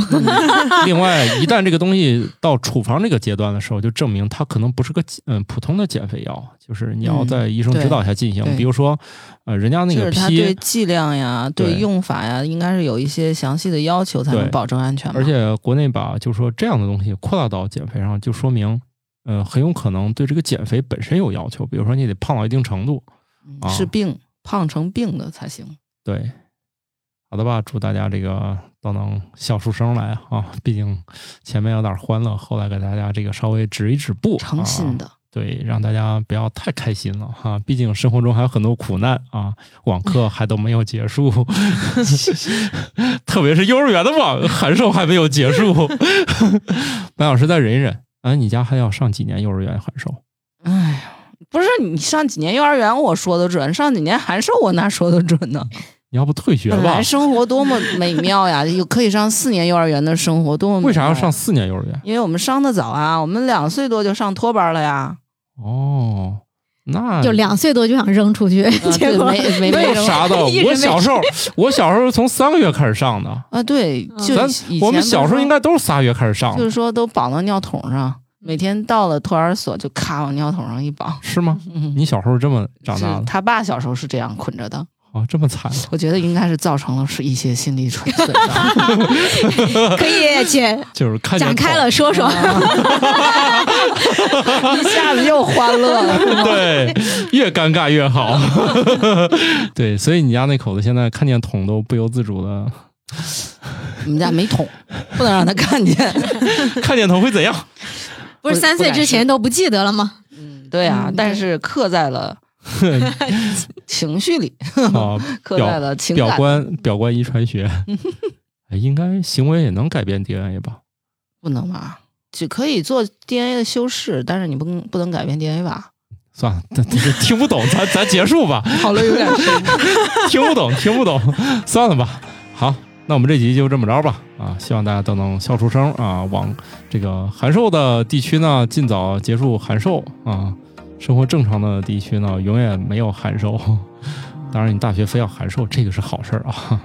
另外，一旦这个东西到处方这个阶段的时候，就证明它可能不是个嗯普通的减肥药，就是你要
嗯
在医生指导下进行。
对对
比如说，呃，人家那
就
个
是它对
P，
剂量呀、对
对
用法呀，应该是有一些详细的要求，才能
对
保证安全嘛。
而且国内把就说这样的东西扩大到减肥上，就说明呃很有可能对这个减肥本身有要求，比如说你得胖到一定程度。
嗯
啊
是病，胖成病的才行。
对，好的吧，祝大家这个都能笑出声来啊！毕竟前面有点欢乐，后来给大家这个稍微指一指步，
诚
啊
信的，
对，让大家不要太开心了哈，毕竟生活中还有很多苦难啊，网课还都没有结束，特别是幼儿园的网函授还没有结束， [LAUGHS] 白老师再忍一忍。哎，你家还要上几年幼儿园函授？
哎呀。不是你上几年幼儿园我说的准，上几年函授我哪说的准呢？
你要不退学
本
吧
来？生活多么美妙呀， [LAUGHS] 有可以上四年幼儿园的生活多么美妙
为啥要上？四年幼儿园？
因为我们上的早啊，我们两岁多就上托班了 [LAUGHS] 呀，
哦，
嗯
那
就两岁多就想扔出
[LAUGHS]
去，
啊
结
对
果
没没
那
没
有啥的？
一直
我
没
小时候，我小时候从三个月开始上的，
啊，对，就
咱
以以前
我们
不是
小时候
说
应该都是仨月开始上
就
的，
是说都绑到尿桶上，每天到了托儿所就咔往尿桶上一绑。
是吗？
嗯，
你小时候这么长
是
大的？
他爸小时候是这样捆着的，
哦，这么惨。
我觉得应该是造成了是一些心理 [LAUGHS] 损损伤。
可以
[LAUGHS]
姐
就是看见
展开
狗
了说说。
嗯一下子又欢乐了。
对，越尴尬越好。对，所以你家那口子现在看见桶都不由自主的，
[LAUGHS] 我们家没桶，不能让他看见。
看见桶会怎样？
不是
不
三岁
不敢
之前
吃
都不记得了吗？
嗯，对啊，
嗯
但是刻在了情绪里，
啊，
刻在了情
表
感。
观表观遗传学，哎应该行为也能改变 DNA 吧？
不能吧？只可以做 DNA 的修饰，但是你不能不能改变 DNA 吧？
算了，这这听不懂，咱咱结束吧。
讨论有点深。
[LAUGHS] 听不懂，听不懂，算了吧。好，那我们这集就这么着吧。啊，希望大家都能笑出声啊。往这个函授的地区呢，尽早结束函授啊。生活正常的地区呢，永远没有函授。 [LAUGHS] 当然，你大学非要函授，这个是好事儿啊。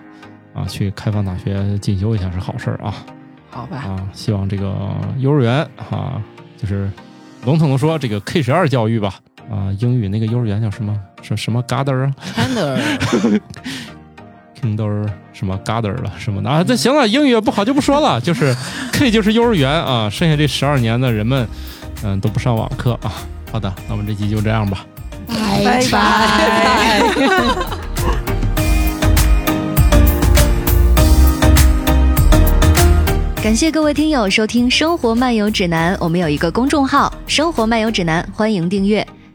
[LAUGHS] 啊，去开放大学进修一下是好事儿啊。
[LAUGHS] 好吧，
啊，希望这个幼儿园啊，就是笼统的说，这个 K 十二教育吧。啊，英语那个幼儿园叫什么？什什么 Gather 啊？
Tender，
Kinder 什么 Gather 了什么的啊，这行了，英语也不好就不说了， [LAUGHS] 就是 K 就是幼儿园啊，剩下这十二年的人们，嗯、都不上网课啊。好的，那我们这集就这样吧。
拜拜。
拜。
感谢各位听友收听《生活漫游指南》，我们有一个公众号《生活漫游指南》，欢迎订阅。